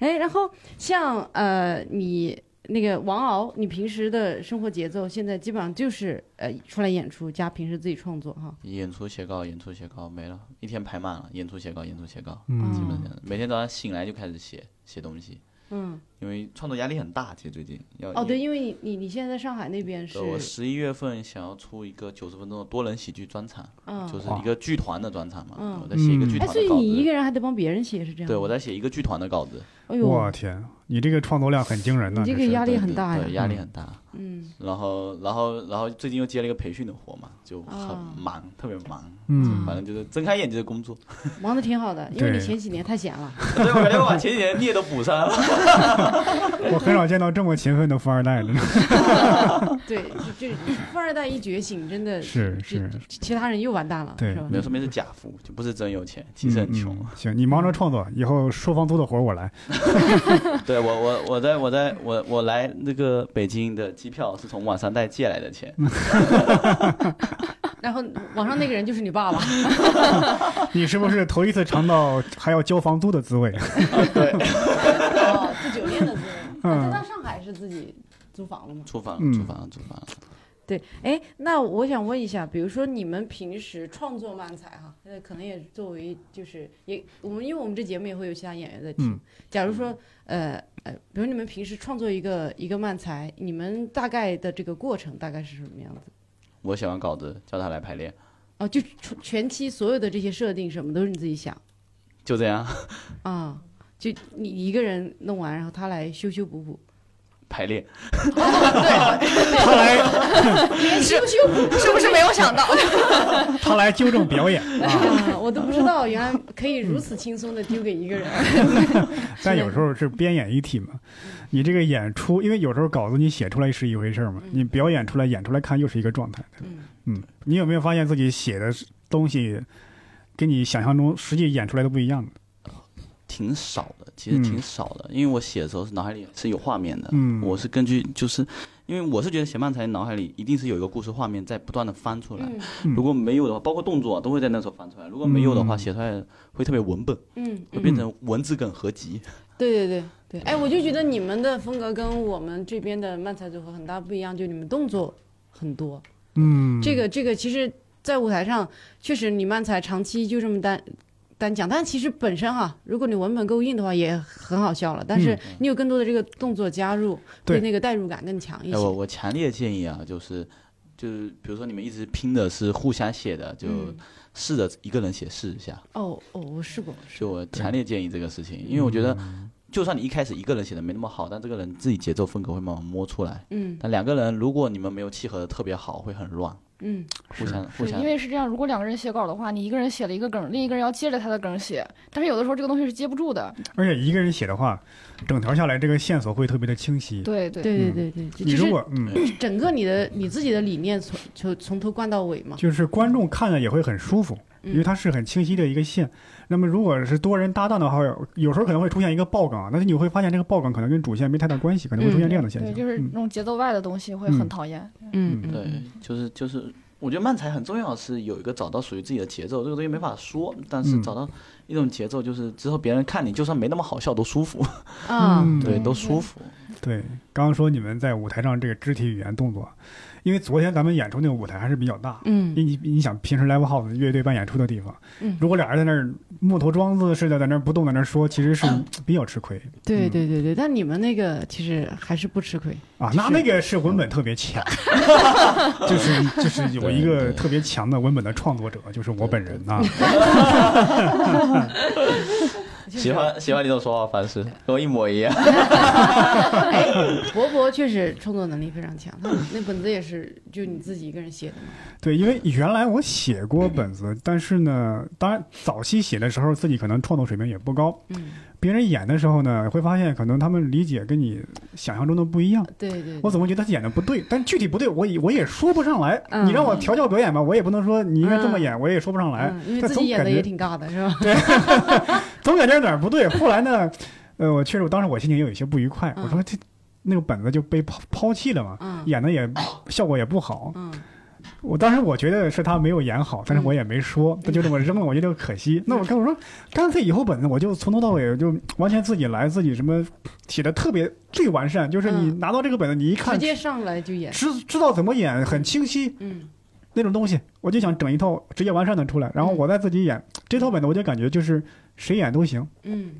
Speaker 1: 哎，然后像呃，你那个王敖，你平时的生活节奏现在基本上就是呃出来演出加平时自己创作哈。
Speaker 4: 演出写稿，演出写稿没了，一天排满了，演出写稿，演出写稿，
Speaker 2: 是
Speaker 1: 嗯
Speaker 4: 基本上每天早上醒来就开始写写东西，
Speaker 1: 嗯，
Speaker 4: 因为创作压力很大，其实最近要
Speaker 1: 哦，对，，因为你你你现在在上海那边是
Speaker 4: 呃对，我十一月份想要出一个九十分钟的多人喜剧专场，
Speaker 1: 嗯，
Speaker 4: 就是
Speaker 2: 哇
Speaker 4: 一个剧团的专场嘛，
Speaker 1: 嗯
Speaker 4: 我在写一个
Speaker 2: 嗯
Speaker 4: 剧
Speaker 1: 哎，
Speaker 4: 团
Speaker 1: 所以
Speaker 4: 的稿
Speaker 1: 你一
Speaker 4: 子。
Speaker 1: 个人还得帮别人写是这样？
Speaker 4: 对，我，在写一个剧团的稿子，
Speaker 1: 哎呦，
Speaker 2: 我天，你这个创作量很惊人呢、
Speaker 1: 你这个
Speaker 2: 是
Speaker 1: 压力
Speaker 4: 对
Speaker 1: 很
Speaker 4: 对
Speaker 1: 大
Speaker 4: 对，
Speaker 1: 呀，
Speaker 4: 压力很大。
Speaker 1: 嗯，
Speaker 4: 然后，然后，然后最近又接了一个培训的活嘛，就很
Speaker 1: 啊
Speaker 4: 忙，特别忙，
Speaker 2: 嗯
Speaker 4: 反正就是睁开眼就是工作。
Speaker 1: 忙的挺好的，因为你
Speaker 2: 对
Speaker 1: 前几年太闲了，
Speaker 4: 所以我感觉我把前几年孽都补上了。
Speaker 3: 嗯
Speaker 2: 我很少见到这么勤奋的富二代了。
Speaker 1: 对，就就富二代一觉醒，真的
Speaker 2: 是
Speaker 1: 这
Speaker 2: 是，
Speaker 1: 其其他人又完蛋了，
Speaker 2: 对
Speaker 1: 是吧
Speaker 4: 没？有，说明是假富，就不是真有钱，其实很穷。
Speaker 2: 嗯嗯行，你忙着创作，以后收房租的活儿我来。
Speaker 4: 对我，我，我在我在我我来那个北京的机票是从网上贷借来的钱，
Speaker 2: 嗯
Speaker 1: 然后网上那个人就是你爸爸，
Speaker 2: 你是不是头一次尝到还要交房租的滋味？
Speaker 1: 哦，住酒店的自己，
Speaker 2: 嗯
Speaker 1: 他在上海是自己租房了吗？
Speaker 4: 租房
Speaker 2: 嗯，
Speaker 4: 租房，租房。
Speaker 1: 对，哎，那我想问一下，比如说你们平时创作漫才哈，呃，可能也作为就是也我们因为我们这节目也会有其他演员在听，
Speaker 2: 嗯
Speaker 1: 假如说呃呃，比如你们平时创作一个一个漫才，你们大概的这个过程大概是什么样子？
Speaker 4: 我写完稿子，叫他来排练，
Speaker 1: 哦，就全全期所有的这些设定什么都是你自己想
Speaker 4: 就这样
Speaker 1: 啊。就你一个人弄完，然后他来修修补补，
Speaker 4: 排练。
Speaker 2: 他来，
Speaker 1: 哎修修补补
Speaker 3: 是不是没有 想到？
Speaker 2: 他来纠正表演啊！
Speaker 1: 啊，我都不知 道原来可以如此轻松的丢给一个人。
Speaker 2: 但有时候是编演一体嘛。你这个演出，因为有时候稿子你写出来是一回事儿嘛，你表演出来、演出来看又是一个状态。
Speaker 1: 嗯，
Speaker 2: 嗯，你有没有发现自己写的东西跟你想象中实际演出来的不一样的？
Speaker 4: 挺少的，其实
Speaker 2: 嗯
Speaker 4: 挺少的，因为我写的时候是脑海里是有画面的，
Speaker 2: 嗯
Speaker 4: 我是根据就是，因为我是觉得写漫才脑海里一定是有一个故事画面在不断的翻出来，
Speaker 1: 嗯
Speaker 2: 嗯
Speaker 4: 如果没有的话，包括动作、都会在那时候翻出来，如果没有的话，
Speaker 2: 嗯
Speaker 4: 写出来会特别文本，
Speaker 1: 嗯，
Speaker 4: 会
Speaker 1: 嗯
Speaker 4: 变成文字梗合集。
Speaker 1: 对对对对，哎，我就觉得你们的风格跟我们这边的漫才组合很大不一样，就你们动作很多。
Speaker 2: 嗯，
Speaker 1: 这个这个，其实，在舞台上确实你漫才长期就这么单单讲，但其实本身哈，如果你文本够硬的话，也很好笑了。但是你有更多的这个动作加入，
Speaker 2: 对
Speaker 1: 嗯对那个代入感更强一
Speaker 4: 哎，我
Speaker 1: 些。
Speaker 4: 我强烈建议啊，就是就是比如说你们一直拼的是互相写的，就
Speaker 1: 嗯
Speaker 4: 试着一个人写试一下，
Speaker 1: 哦哦，我试过，
Speaker 4: 就我强烈建议这个事情，因为我觉得。就算你一开始一个人写的没那么好，但这个人自己节奏风格会慢慢摸出来。
Speaker 1: 嗯
Speaker 4: 但两个人如果你们没有契合的特别好，会很乱，
Speaker 1: 嗯，
Speaker 4: 互相互
Speaker 3: 对，
Speaker 4: 相
Speaker 3: 因。为是这样，如果两个人写稿的话，你一个人写了一个梗，另一个人要接着他的梗写，但是有的时候这个东西是接不住
Speaker 4: 嗯
Speaker 3: 的。
Speaker 2: 而且一个人写的话，整条下来这个线索会特别的清晰。
Speaker 3: 对对
Speaker 1: 对对
Speaker 2: 嗯
Speaker 1: 对对，就
Speaker 2: 你
Speaker 1: 就
Speaker 2: 如
Speaker 1: 是
Speaker 2: 果嗯，
Speaker 1: 整个你的你自己的理念从就从头灌到尾嘛。
Speaker 2: 就是观众看了也会很舒服，因为它是很清晰的一个线。那么如果是多人搭档的话，有时候可能会出现一个爆梗，但是你会发现这个爆梗可能跟主线没太大关系，可能会出现这样的现
Speaker 3: 对，
Speaker 2: 象。
Speaker 3: 就是
Speaker 2: 嗯
Speaker 3: 那种节奏外的东西会
Speaker 2: 嗯
Speaker 3: 很讨厌。
Speaker 1: 嗯嗯，
Speaker 4: 对，就是就是，我觉得慢才很重要的是有一个找到属于自己的节奏，这个东西没法说，但是
Speaker 2: 嗯
Speaker 4: 找到一种节奏，就是之后别人看你，就算没那么好笑都舒服，
Speaker 1: 啊，
Speaker 2: 嗯
Speaker 4: 对，都舒服。
Speaker 2: 对，刚刚说你们在舞台上这个肢体语言动作，因为昨天咱们演出那个舞台还是比较大，
Speaker 1: 嗯
Speaker 2: 你你想平时 live house 乐队办演出的地方，
Speaker 1: 嗯
Speaker 2: 如果俩人在那儿木头桩子似的在那儿不动在那儿说，其实是比较吃亏
Speaker 1: 对
Speaker 2: 嗯
Speaker 1: 对对对，但你们那个其实还是不吃亏。
Speaker 2: 啊。那那个是文本特别强，就是就是有一
Speaker 4: 对
Speaker 2: 个
Speaker 4: 对
Speaker 2: 特别强的文本的创作者，就是我本人呐、啊
Speaker 4: 喜欢喜欢你这种说话方式，跟我一模一样。
Speaker 1: 博博确实创作能力非常强， 他那本子也是就你自己一个人写的嘛。
Speaker 2: 对，因为原来我写过本子，但是呢，当然早期写的时候自己可能创作水平也不高，
Speaker 1: 嗯，
Speaker 2: 别人演的时候呢，会发现可能他们理解跟你想象中的不一样。
Speaker 1: 对对对
Speaker 2: 我总会觉得他演的不对，但具体不对，我也我也说不上来。
Speaker 1: 嗯
Speaker 2: 你让我调教表演吧，我也不能说你应该这么
Speaker 1: 嗯
Speaker 2: 演，我也说不上来。
Speaker 1: 嗯，因为
Speaker 2: 但
Speaker 1: 自
Speaker 2: 总
Speaker 1: 己演
Speaker 2: 感
Speaker 1: 的
Speaker 2: 觉
Speaker 1: 也挺尬的，是吧？
Speaker 2: 总感觉哪儿不对。后来呢，呃，我确实当时我心情也有一些不愉快，
Speaker 1: 嗯
Speaker 2: 我说这那个本子就被抛抛弃了嘛，
Speaker 1: 嗯
Speaker 2: 演的也效果也不好。
Speaker 1: 嗯
Speaker 2: 我当时我觉得是他没有演好，但是我也没说，他就这么扔了，我觉得可惜。那我跟我说，干脆以后本子我就从头到尾就完全自己来，自己什么写的特别最完善，就是你拿到这个本子，你一
Speaker 1: 嗯直
Speaker 2: 看
Speaker 1: 接上来就演。
Speaker 2: 知知道怎么演，很清晰
Speaker 1: 嗯
Speaker 2: 那种东西，我就想整一套
Speaker 1: 嗯
Speaker 2: 直接完善的出来，然后我再自己演这套本子，我就感觉就是谁演都行。
Speaker 1: 嗯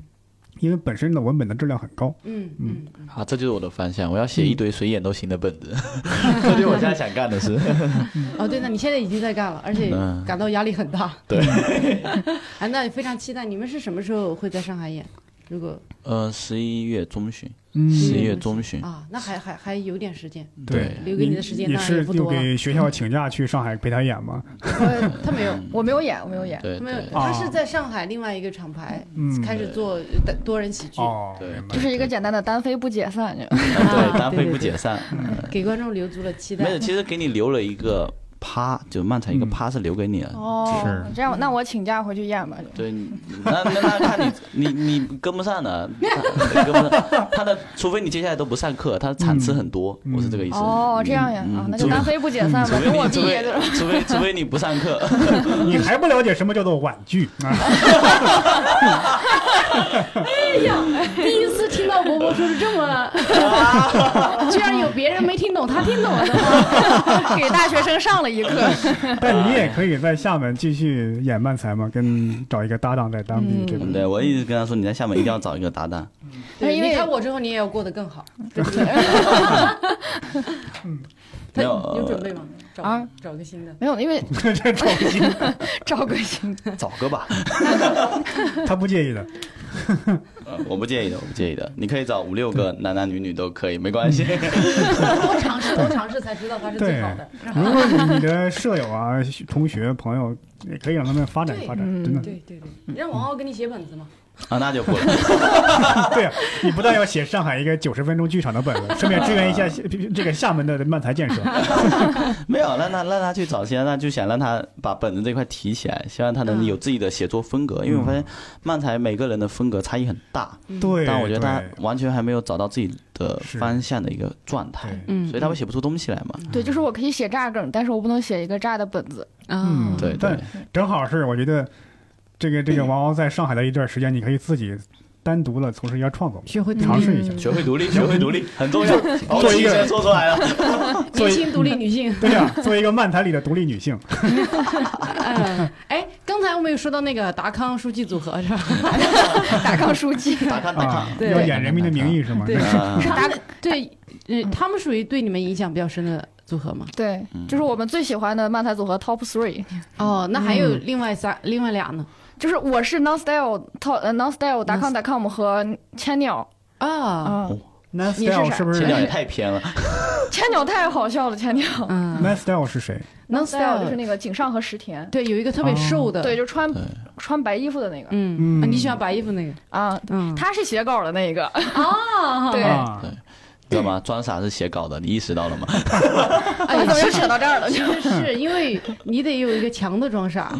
Speaker 2: 因为本身的文本的质量很高。
Speaker 1: 嗯嗯嗯，
Speaker 4: 啊，这就是我的方向，我要写一堆随演都行的本 子，这就是我现在想干的 事。
Speaker 1: 哦对，那你现在已经在干了，而且
Speaker 4: 嗯
Speaker 1: 感到压力很大。
Speaker 4: 对，
Speaker 1: 啊，那也非常期待你们是什么时候会在上海演？如果
Speaker 4: 呃，十一月中旬，
Speaker 2: 嗯
Speaker 4: 十一月中旬，
Speaker 1: 啊，那还还还有点时间，
Speaker 3: 嗯
Speaker 4: 对，
Speaker 1: 留给你的时间
Speaker 2: 你
Speaker 1: 当然也
Speaker 2: 是
Speaker 1: 不
Speaker 2: 又
Speaker 1: 多了。
Speaker 2: 给学校请假去上海陪他演吗？
Speaker 1: 呃，他没有，
Speaker 3: 我没有演，我没有演。
Speaker 4: 对
Speaker 1: 他没有，
Speaker 4: 对，
Speaker 1: 他是在上海另外一个厂牌
Speaker 2: 嗯
Speaker 1: 开始做多人喜剧，
Speaker 2: 哦，
Speaker 4: 对
Speaker 2: 明白
Speaker 3: 就是一个简单的单飞不解散，就
Speaker 4: 嗯
Speaker 1: 啊
Speaker 4: 对，单飞
Speaker 1: 对
Speaker 4: 不
Speaker 1: 对对
Speaker 4: 解散。嗯
Speaker 1: 给观众留足了期待
Speaker 4: 没。有，其实给你留了一个趴，就漫才一个趴是留给你了。
Speaker 3: 嗯哦
Speaker 2: 是，
Speaker 3: 这
Speaker 4: 嗯
Speaker 3: 样那我请假回去演吧。就
Speaker 4: 对，你那那那看你你你跟不上的，他 跟不上他的，除非你接下来都不上课，他的场次很多，
Speaker 2: 嗯
Speaker 4: 我是这个意思。
Speaker 3: 哦，这样呀，
Speaker 4: 嗯
Speaker 3: 啊，那
Speaker 4: 除
Speaker 3: 就
Speaker 4: 非
Speaker 3: 单飞不解散
Speaker 4: 除
Speaker 3: 吧，
Speaker 4: 非
Speaker 3: 等我
Speaker 4: 你
Speaker 3: 毕
Speaker 4: 除
Speaker 3: 业
Speaker 4: 非
Speaker 3: 就是。
Speaker 4: 除非除非你不上 课，
Speaker 2: 你还不了解什么叫做婉拒啊？
Speaker 6: 哎
Speaker 1: 第一次听到伯伯说是这么，居然有别人没听懂，他听懂了的话，
Speaker 3: 给大学生上了一课。
Speaker 4: 嗯
Speaker 2: 但你也可以在厦门继续演漫才嘛，跟找一个搭档在当
Speaker 1: 嗯
Speaker 2: 地，对吧？
Speaker 4: 对我一直跟他说，你在厦门一定要找一个搭档。
Speaker 1: 对，
Speaker 3: 因
Speaker 1: 你
Speaker 3: 为
Speaker 1: 看我之后，你也要过得更 好。他
Speaker 2: 嗯
Speaker 4: 没有
Speaker 1: 有准备吗？找
Speaker 3: 啊
Speaker 1: 找个新的。
Speaker 3: 没有，因为
Speaker 2: 这种
Speaker 3: 赵贵兴
Speaker 4: 呃找 个吧，
Speaker 2: 他不介 意的。
Speaker 4: 呃我不介意的，我不介意的，你可以找五六个男男女女都可以，没关系。
Speaker 2: 嗯
Speaker 1: 多尝试，多尝试才知道它是最好的。
Speaker 2: 如果你你的舍友啊、同学、朋友，也可以让他们发展
Speaker 1: 对
Speaker 2: 发展，真的。
Speaker 1: 嗯对对对，
Speaker 4: 嗯
Speaker 1: 你让王傲给你写本子嘛。
Speaker 4: 啊，那就不了。
Speaker 2: 对啊，你不但要写上海一个九十分钟剧场的本 子，顺便支援一下 这个厦门的漫才建设。
Speaker 1: 嗯
Speaker 4: 没有，让他让他去找先，那就想让他把本子这块提起来，希望他
Speaker 2: 嗯
Speaker 4: 能有自己的写作风格。因为我发现漫才每个人的风格差异很大，
Speaker 2: 对，
Speaker 4: 但我觉得他
Speaker 2: 对
Speaker 4: 完全还没有找到自己的
Speaker 2: 是
Speaker 4: 方向的一个状态，
Speaker 2: 对
Speaker 1: 嗯
Speaker 4: 所以他会写不出东西来嘛。
Speaker 3: 对，就是我可以写炸梗，但是我不能写一个炸的本子。
Speaker 1: 啊
Speaker 2: 嗯，
Speaker 4: 对对
Speaker 2: 但正好是我觉得这个这个王王在上海的一段时间，你可以自己单独的从事一下创作，
Speaker 1: 学会独
Speaker 2: 尝
Speaker 1: 立，
Speaker 2: 试一下。
Speaker 4: 学会独立，学会独立很 重要。哦，
Speaker 2: 嗯做一
Speaker 4: 提
Speaker 2: 个
Speaker 4: 前说出来了，
Speaker 2: 做
Speaker 1: 年
Speaker 2: 一
Speaker 1: 轻独立女性。
Speaker 2: 对呀、作为一个漫才里的独立女性，
Speaker 1: 嗯， 哎，刚才我们有说到那个达康书记组合是吧？
Speaker 3: 达康书记，
Speaker 4: 打卡打
Speaker 2: 啊
Speaker 4: 卡，，
Speaker 1: 对
Speaker 2: 要演《人民的名义》是吗？
Speaker 1: 对
Speaker 4: 啊
Speaker 3: 是达
Speaker 1: 对，呃，他们属于对你们影响比较深的组合吗？
Speaker 3: 对，
Speaker 4: 嗯
Speaker 3: 就是我们最喜欢的漫才组合 Top Three，
Speaker 1: 哦，那还有另外三、另外俩呢？
Speaker 3: 就是我是 Non Style Top Non Style 达康达 com 和千鸟
Speaker 1: 啊，
Speaker 3: 啊，
Speaker 4: 哦
Speaker 2: Nice
Speaker 3: 你是
Speaker 2: Style
Speaker 3: 啥
Speaker 2: 是不是
Speaker 4: 这点也太偏了。
Speaker 3: 千鸟太好笑了， 千鸟
Speaker 1: 嗯，
Speaker 2: ？Nice Style 是谁？
Speaker 1: Style
Speaker 3: Non Style 就是那个井上和石田，
Speaker 1: 对，有一个特别瘦的，
Speaker 3: 对，，就穿
Speaker 4: 对
Speaker 3: 穿白衣服的那个
Speaker 1: 嗯，
Speaker 2: 嗯
Speaker 1: 啊你喜欢白衣服那个，
Speaker 3: 啊，
Speaker 1: 嗯，
Speaker 3: 他是写稿的那一个，
Speaker 1: 啊，
Speaker 3: 对
Speaker 2: 啊，
Speaker 4: 知道吗？装傻是写稿的，你意识到了吗？
Speaker 1: 哎，
Speaker 3: 怎么
Speaker 1: 其
Speaker 3: 又
Speaker 1: 实
Speaker 3: 扯到这儿了？就
Speaker 1: 就是因为你得有一个强的装傻，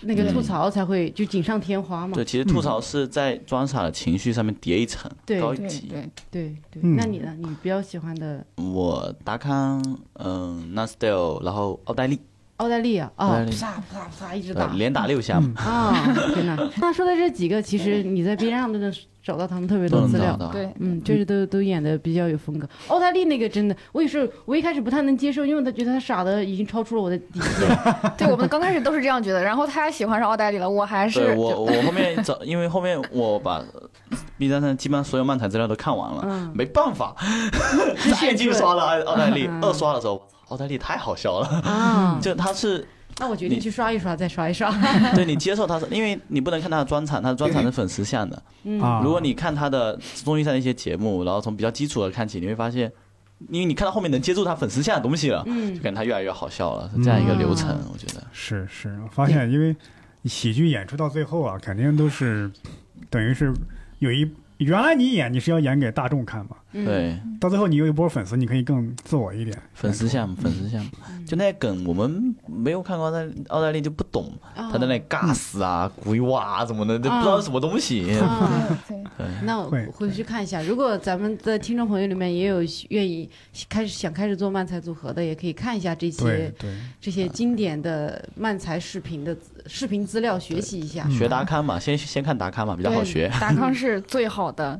Speaker 1: 那个吐槽才会就锦上添花嘛
Speaker 4: 对，。其实吐槽是在装傻的情绪上面叠一层
Speaker 1: 对
Speaker 4: 高一
Speaker 3: 对
Speaker 4: 级。
Speaker 3: 对，
Speaker 1: 对对，
Speaker 2: 嗯
Speaker 1: 那你呢？你比较喜欢的
Speaker 4: 我达康，嗯 n a s t y l e 然后奥黛丽，
Speaker 1: 澳大利亚
Speaker 4: 澳
Speaker 1: 啊
Speaker 4: 大，利
Speaker 1: 啪
Speaker 4: 亚
Speaker 1: 啦啪啦啪啦一直
Speaker 4: 呃
Speaker 1: 打
Speaker 4: 连打六下嘛，
Speaker 1: 啊！天哪！那说的这几个，其实你在 B 站上都能找到他们特别
Speaker 4: 都
Speaker 1: 多
Speaker 4: 能
Speaker 1: 资
Speaker 4: 找
Speaker 1: 料。
Speaker 4: 到。
Speaker 3: 对
Speaker 1: 嗯，就是都都演的比较有风格。奥黛丽那个真的，我也是，我一开始不太能接受，因为他觉得他傻的已经超出了我的底线。
Speaker 3: 对，我们刚开始都是这样觉得，然后他喜欢上奥黛丽了，我还是
Speaker 4: 对我，我后面找，因为后面我把 B 站上基本上所有漫谈资料都看完了，
Speaker 1: 嗯
Speaker 4: 没 办法，现金刷了奥奥黛丽，
Speaker 1: 嗯
Speaker 4: 二刷的时候，奥黛丽太好笑了，
Speaker 1: 啊，
Speaker 4: 就他是
Speaker 1: 那我决定
Speaker 4: 你
Speaker 1: 去刷一刷，再刷一刷。
Speaker 4: 对你接受他是，因为你不能看他的专场，他的专场是粉丝向的，
Speaker 2: 啊，
Speaker 4: 如果你看他的综艺上的一些节目，然后从比较基础的看起，你会发现，因为你看到后面能接住他粉丝向的东西了，就
Speaker 1: 嗯，
Speaker 4: 感觉他越来越好笑了，是这样一个流程
Speaker 1: 嗯，
Speaker 4: 我觉得。
Speaker 2: 是是，我发现因为喜剧演出到最后啊，肯定都是等于是有一原来你演你是要演给大众看嘛，
Speaker 1: 嗯，
Speaker 4: 对，
Speaker 2: 到最后你有一波粉丝，你可以更自我一点。
Speaker 4: 粉丝项目，粉丝项目，
Speaker 1: 嗯
Speaker 4: 就那些梗，我们没有看过澳大澳大利就不懂，
Speaker 1: 啊
Speaker 4: 他在那里尬死啊、鬼哇什么的，都不知道是什么东西。
Speaker 1: 啊。
Speaker 3: 对
Speaker 1: 那我
Speaker 2: 会
Speaker 1: 回去看一下。如果咱们的听众朋友里面也有愿意开始想开始做漫才组合的，也可以看一下这
Speaker 2: 对
Speaker 1: 些
Speaker 2: 对，
Speaker 1: 这些经典的漫才视频的资视频资料，学习一下。
Speaker 4: 学达康嘛，先先看达康嘛，比较好学。
Speaker 3: 达康是最好的，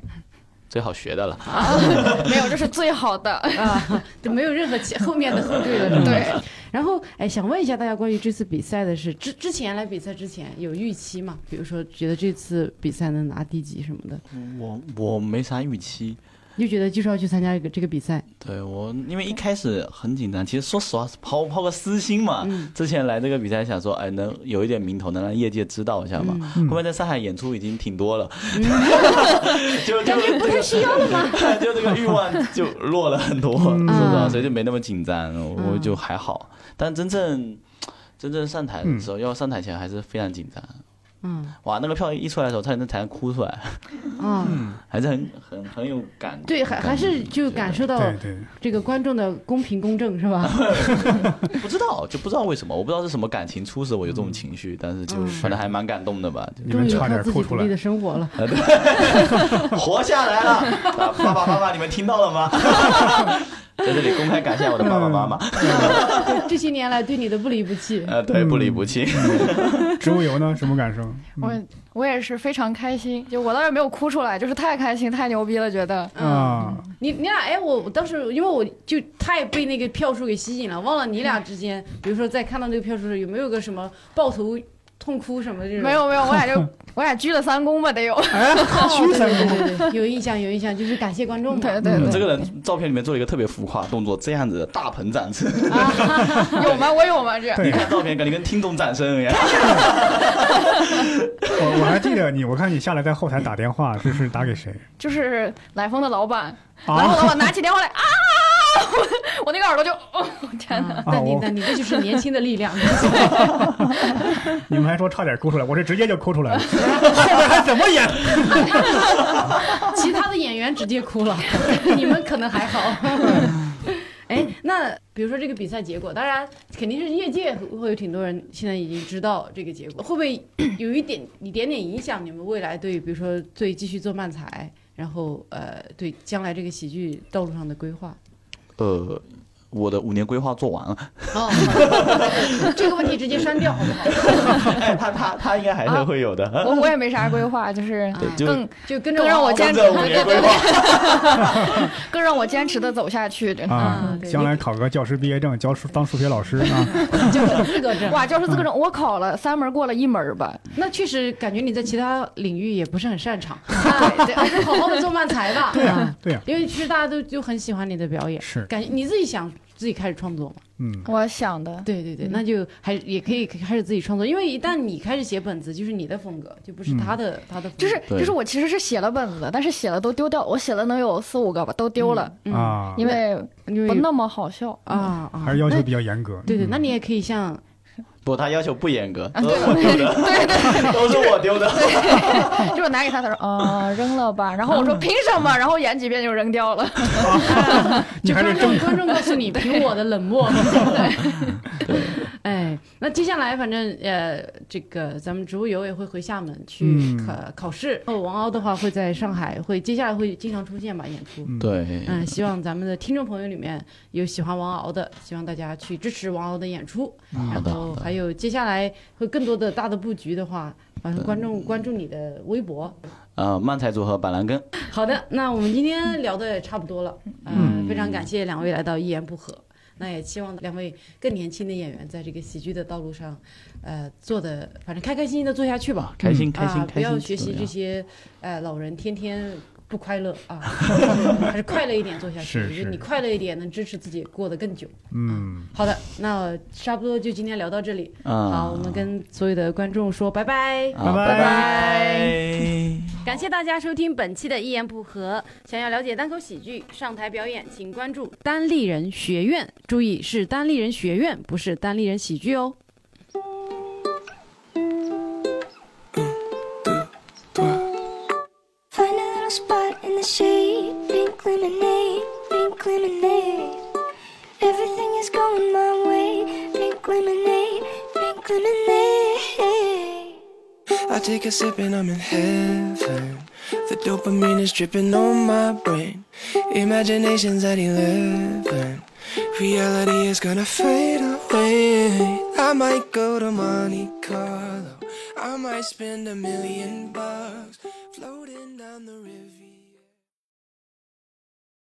Speaker 4: 最好学的了。
Speaker 1: 嗯
Speaker 3: 没有，这是最好的。
Speaker 1: 啊，就没有任何 其后面的后缀了，
Speaker 4: 嗯
Speaker 1: 是吧
Speaker 2: 嗯
Speaker 3: 对，
Speaker 1: 然后，哎，想问一下大家关于这次比赛的是，之之前来比赛之前有预期吗？比如说，觉得这次比赛能拿第几什么的，
Speaker 4: 我我没啥预期，
Speaker 1: 就觉得就是要去参加这个这个比赛。
Speaker 4: 对我因为一开始很紧张，其实说实话是抛抛个私心嘛。
Speaker 1: 嗯
Speaker 4: 之前来这个比赛想说，哎，能有一点名头，能让业界知道一下嘛。
Speaker 2: 嗯
Speaker 4: 后面在上海演出已经挺多了，
Speaker 1: 嗯
Speaker 4: 就就
Speaker 1: 不太需要了吗？
Speaker 4: 就这个欲望就弱 了很多，是不
Speaker 1: 啊
Speaker 4: 是？所以就没那么紧张，我
Speaker 1: 嗯
Speaker 4: 我就还好。但真正真正上台的时候，要上台前还是非常紧张。
Speaker 1: 嗯
Speaker 4: 哇，那个票一出来的时候，差点在台上哭出来，
Speaker 1: 啊，
Speaker 4: 还是很很很有感。
Speaker 1: 对，还还是就感受到
Speaker 2: 嗯对对，
Speaker 1: 这个观众的公平公正是吧？
Speaker 4: 不知道，就不知道为什么，我不知道是什么感情促使我有这种情绪，但是就反正还蛮感动的吧，就
Speaker 2: 嗯你
Speaker 1: 终
Speaker 2: 们
Speaker 1: 于有靠
Speaker 2: 差点
Speaker 1: 自己
Speaker 2: 哭出
Speaker 1: 独
Speaker 2: 来
Speaker 1: 立的。生活了。
Speaker 4: 活下来了。啊爸爸妈妈，你们听到了吗？ 在这里公开感谢我的爸爸妈妈，
Speaker 1: 这些年来对你的不离不弃，
Speaker 2: 嗯
Speaker 4: 呃，对，不离不弃。
Speaker 2: 植物油呢？什么感受？嗯
Speaker 4: 嗯
Speaker 3: 我我也是非常开心，就我当时没有哭出来，就是太开心太牛逼了，觉得
Speaker 2: 嗯啊，
Speaker 1: 你你俩哎，我我当时因为我就太被那个票数给吸引了，忘了你俩之间，比如说在看到那个票数的时候有没有个什么抱头痛哭什么的这种？
Speaker 3: 没有没有，我俩就我俩鞠了三躬吧，得有。
Speaker 2: 哎，
Speaker 1: 哦，
Speaker 2: 去
Speaker 1: 对
Speaker 2: 三
Speaker 1: 对
Speaker 2: 公，
Speaker 1: 对对，有印象有印象，就是感谢观众嘛。啊
Speaker 3: 对对
Speaker 2: 嗯
Speaker 4: 这
Speaker 3: 对，
Speaker 4: 个人照片里面做了一个特别浮夸的动作，这样子的大鹏展翅，
Speaker 3: 有吗？我有吗？这
Speaker 2: 对，
Speaker 4: 看照片感觉跟听众掌声 一样。
Speaker 2: 我我还记得你，我看你下来在后台打电话，这是打给谁？
Speaker 3: 就是来风的老板，然后
Speaker 2: 啊
Speaker 3: 老板拿起电话来啊，我那个耳朵就，哦天哪！
Speaker 2: 啊！
Speaker 1: 那你
Speaker 2: 我
Speaker 1: 那你这就是年轻的力量，
Speaker 2: 你们还说差点哭出来，我是直接就哭出来了， 后面还怎么演？
Speaker 1: 其他的演员直接哭了， 你们可能还好。 哎，那比如说这个比赛结果，当然肯定是业界会有挺多人现在已经知道这个结果，会不会有一点一点点影响你们未来对，比如说对继续做漫才，然后呃对将来这个喜剧道路上的规划？
Speaker 4: 呃，我的五年规划做 完了，
Speaker 1: 哦，这个问题直接删掉好不好？
Speaker 4: 哎，他他他应该还
Speaker 2: 啊
Speaker 4: 是会有的。
Speaker 3: 我我也没啥规划，就是
Speaker 1: 啊
Speaker 4: 对，就
Speaker 3: 更
Speaker 1: 就跟着
Speaker 3: 更让我坚
Speaker 4: 跟
Speaker 3: 持，
Speaker 4: 着五
Speaker 3: 对
Speaker 4: 年
Speaker 3: 对
Speaker 4: 规
Speaker 3: 对
Speaker 4: 划
Speaker 3: 对，，更让我坚持的走下去。真 的
Speaker 2: 啊
Speaker 1: 嗯，对
Speaker 2: 将来考个教师毕业证，教数当数学老师 啊，
Speaker 1: 就是资格证。
Speaker 3: 哇，教师资格证我考了三门，过了一门吧。
Speaker 1: 那确实感觉你在其他领域也不是很擅 长，
Speaker 3: 对对
Speaker 1: 还是好好的做漫才吧。
Speaker 2: 对啊，对啊，
Speaker 1: 因为其实大家都就很喜欢你的表演，
Speaker 2: 是，
Speaker 1: 感觉你自己想自己开始创作嘛？
Speaker 2: 嗯，
Speaker 3: 我想的，
Speaker 1: 对对对，
Speaker 3: 嗯
Speaker 1: 那就还也可以开始自己创作，因为一旦你开始写本子，就是你的风格，就不
Speaker 2: 嗯
Speaker 1: 是他的、他的风格，
Speaker 3: 就是
Speaker 4: 对
Speaker 3: 就是我其实是写了本子的，但是写了都丢掉，我写了能有四五个吧，都丢了，
Speaker 1: 嗯，
Speaker 2: 啊，
Speaker 3: 因为
Speaker 1: 因
Speaker 3: 不
Speaker 1: 为
Speaker 3: 那么好笑。
Speaker 1: 啊啊，
Speaker 2: 还是要求
Speaker 1: 那
Speaker 2: 比较严格。
Speaker 1: 对对，
Speaker 2: 嗯
Speaker 1: 那你也可以像
Speaker 4: 不，他要求不严格，
Speaker 3: 啊，
Speaker 4: 都
Speaker 3: 对
Speaker 4: 是我丢的，
Speaker 3: 对对，
Speaker 4: 都是我丢的。
Speaker 3: 就是我拿给他，他说，呃，扔了吧。然后我说凭什么？然后演几遍就扔掉了。
Speaker 2: 你
Speaker 1: 就
Speaker 2: 还是
Speaker 1: 观众
Speaker 2: 正
Speaker 1: 观众告诉 你，凭我的冷漠。对，哎，那接下来反正呃，这个咱们植物油也会回厦门去
Speaker 2: 嗯
Speaker 1: 考、考试。然后王敖的话会在上海，会接下来会经常出现吧演出。
Speaker 4: 对，
Speaker 1: 嗯，希望咱们的听众朋友里面有喜欢王敖的，希望大家去支持王敖的演出。
Speaker 4: 嗯好
Speaker 1: 然
Speaker 4: 的
Speaker 1: 后
Speaker 4: 好的
Speaker 1: 还。有接下来会更多的大的布局的话，反正观众关注你的微博。
Speaker 4: 呃，漫才组合板蓝根，
Speaker 1: 好的，那我们今天聊的也差不多了，嗯、非常感谢两位来到一言不合，那也期望两位更年轻的演员在这个喜剧的道路上，呃，做的反正开开心心的做下去吧，
Speaker 4: 开心开
Speaker 1: 啊
Speaker 4: 心，
Speaker 1: 不
Speaker 4: 开
Speaker 1: 要
Speaker 4: 心，
Speaker 1: 学习这些呃老人天天。不快乐 啊，还是快乐一点做下去。
Speaker 2: 是
Speaker 1: 我觉得
Speaker 2: 是
Speaker 1: 你快乐一点，能支持自己过得更久。
Speaker 2: 嗯，
Speaker 1: 好的，那差不多就今天聊到这里。
Speaker 4: 啊
Speaker 1: 好，我们跟所有的观众说拜拜。
Speaker 2: 拜
Speaker 4: 啊拜
Speaker 2: 拜
Speaker 4: 拜。
Speaker 1: 感谢大家收听本期的《一言不合》。想要了解单口喜剧上台表演，请关注单立人学院。注意是单立人学院，不是单立人喜剧哦。
Speaker 6: Find a little spot in the shade, pink lemonade, pink lemonade. Everything is going my way, pink lemonade, pink lemonade.
Speaker 7: I take a sip and I'm in heaven. The dopamine is dripping on my brain. Imagination's at 11. Reality is gonna fade away. I might go to Monte Carlo. I might spend a million bucks.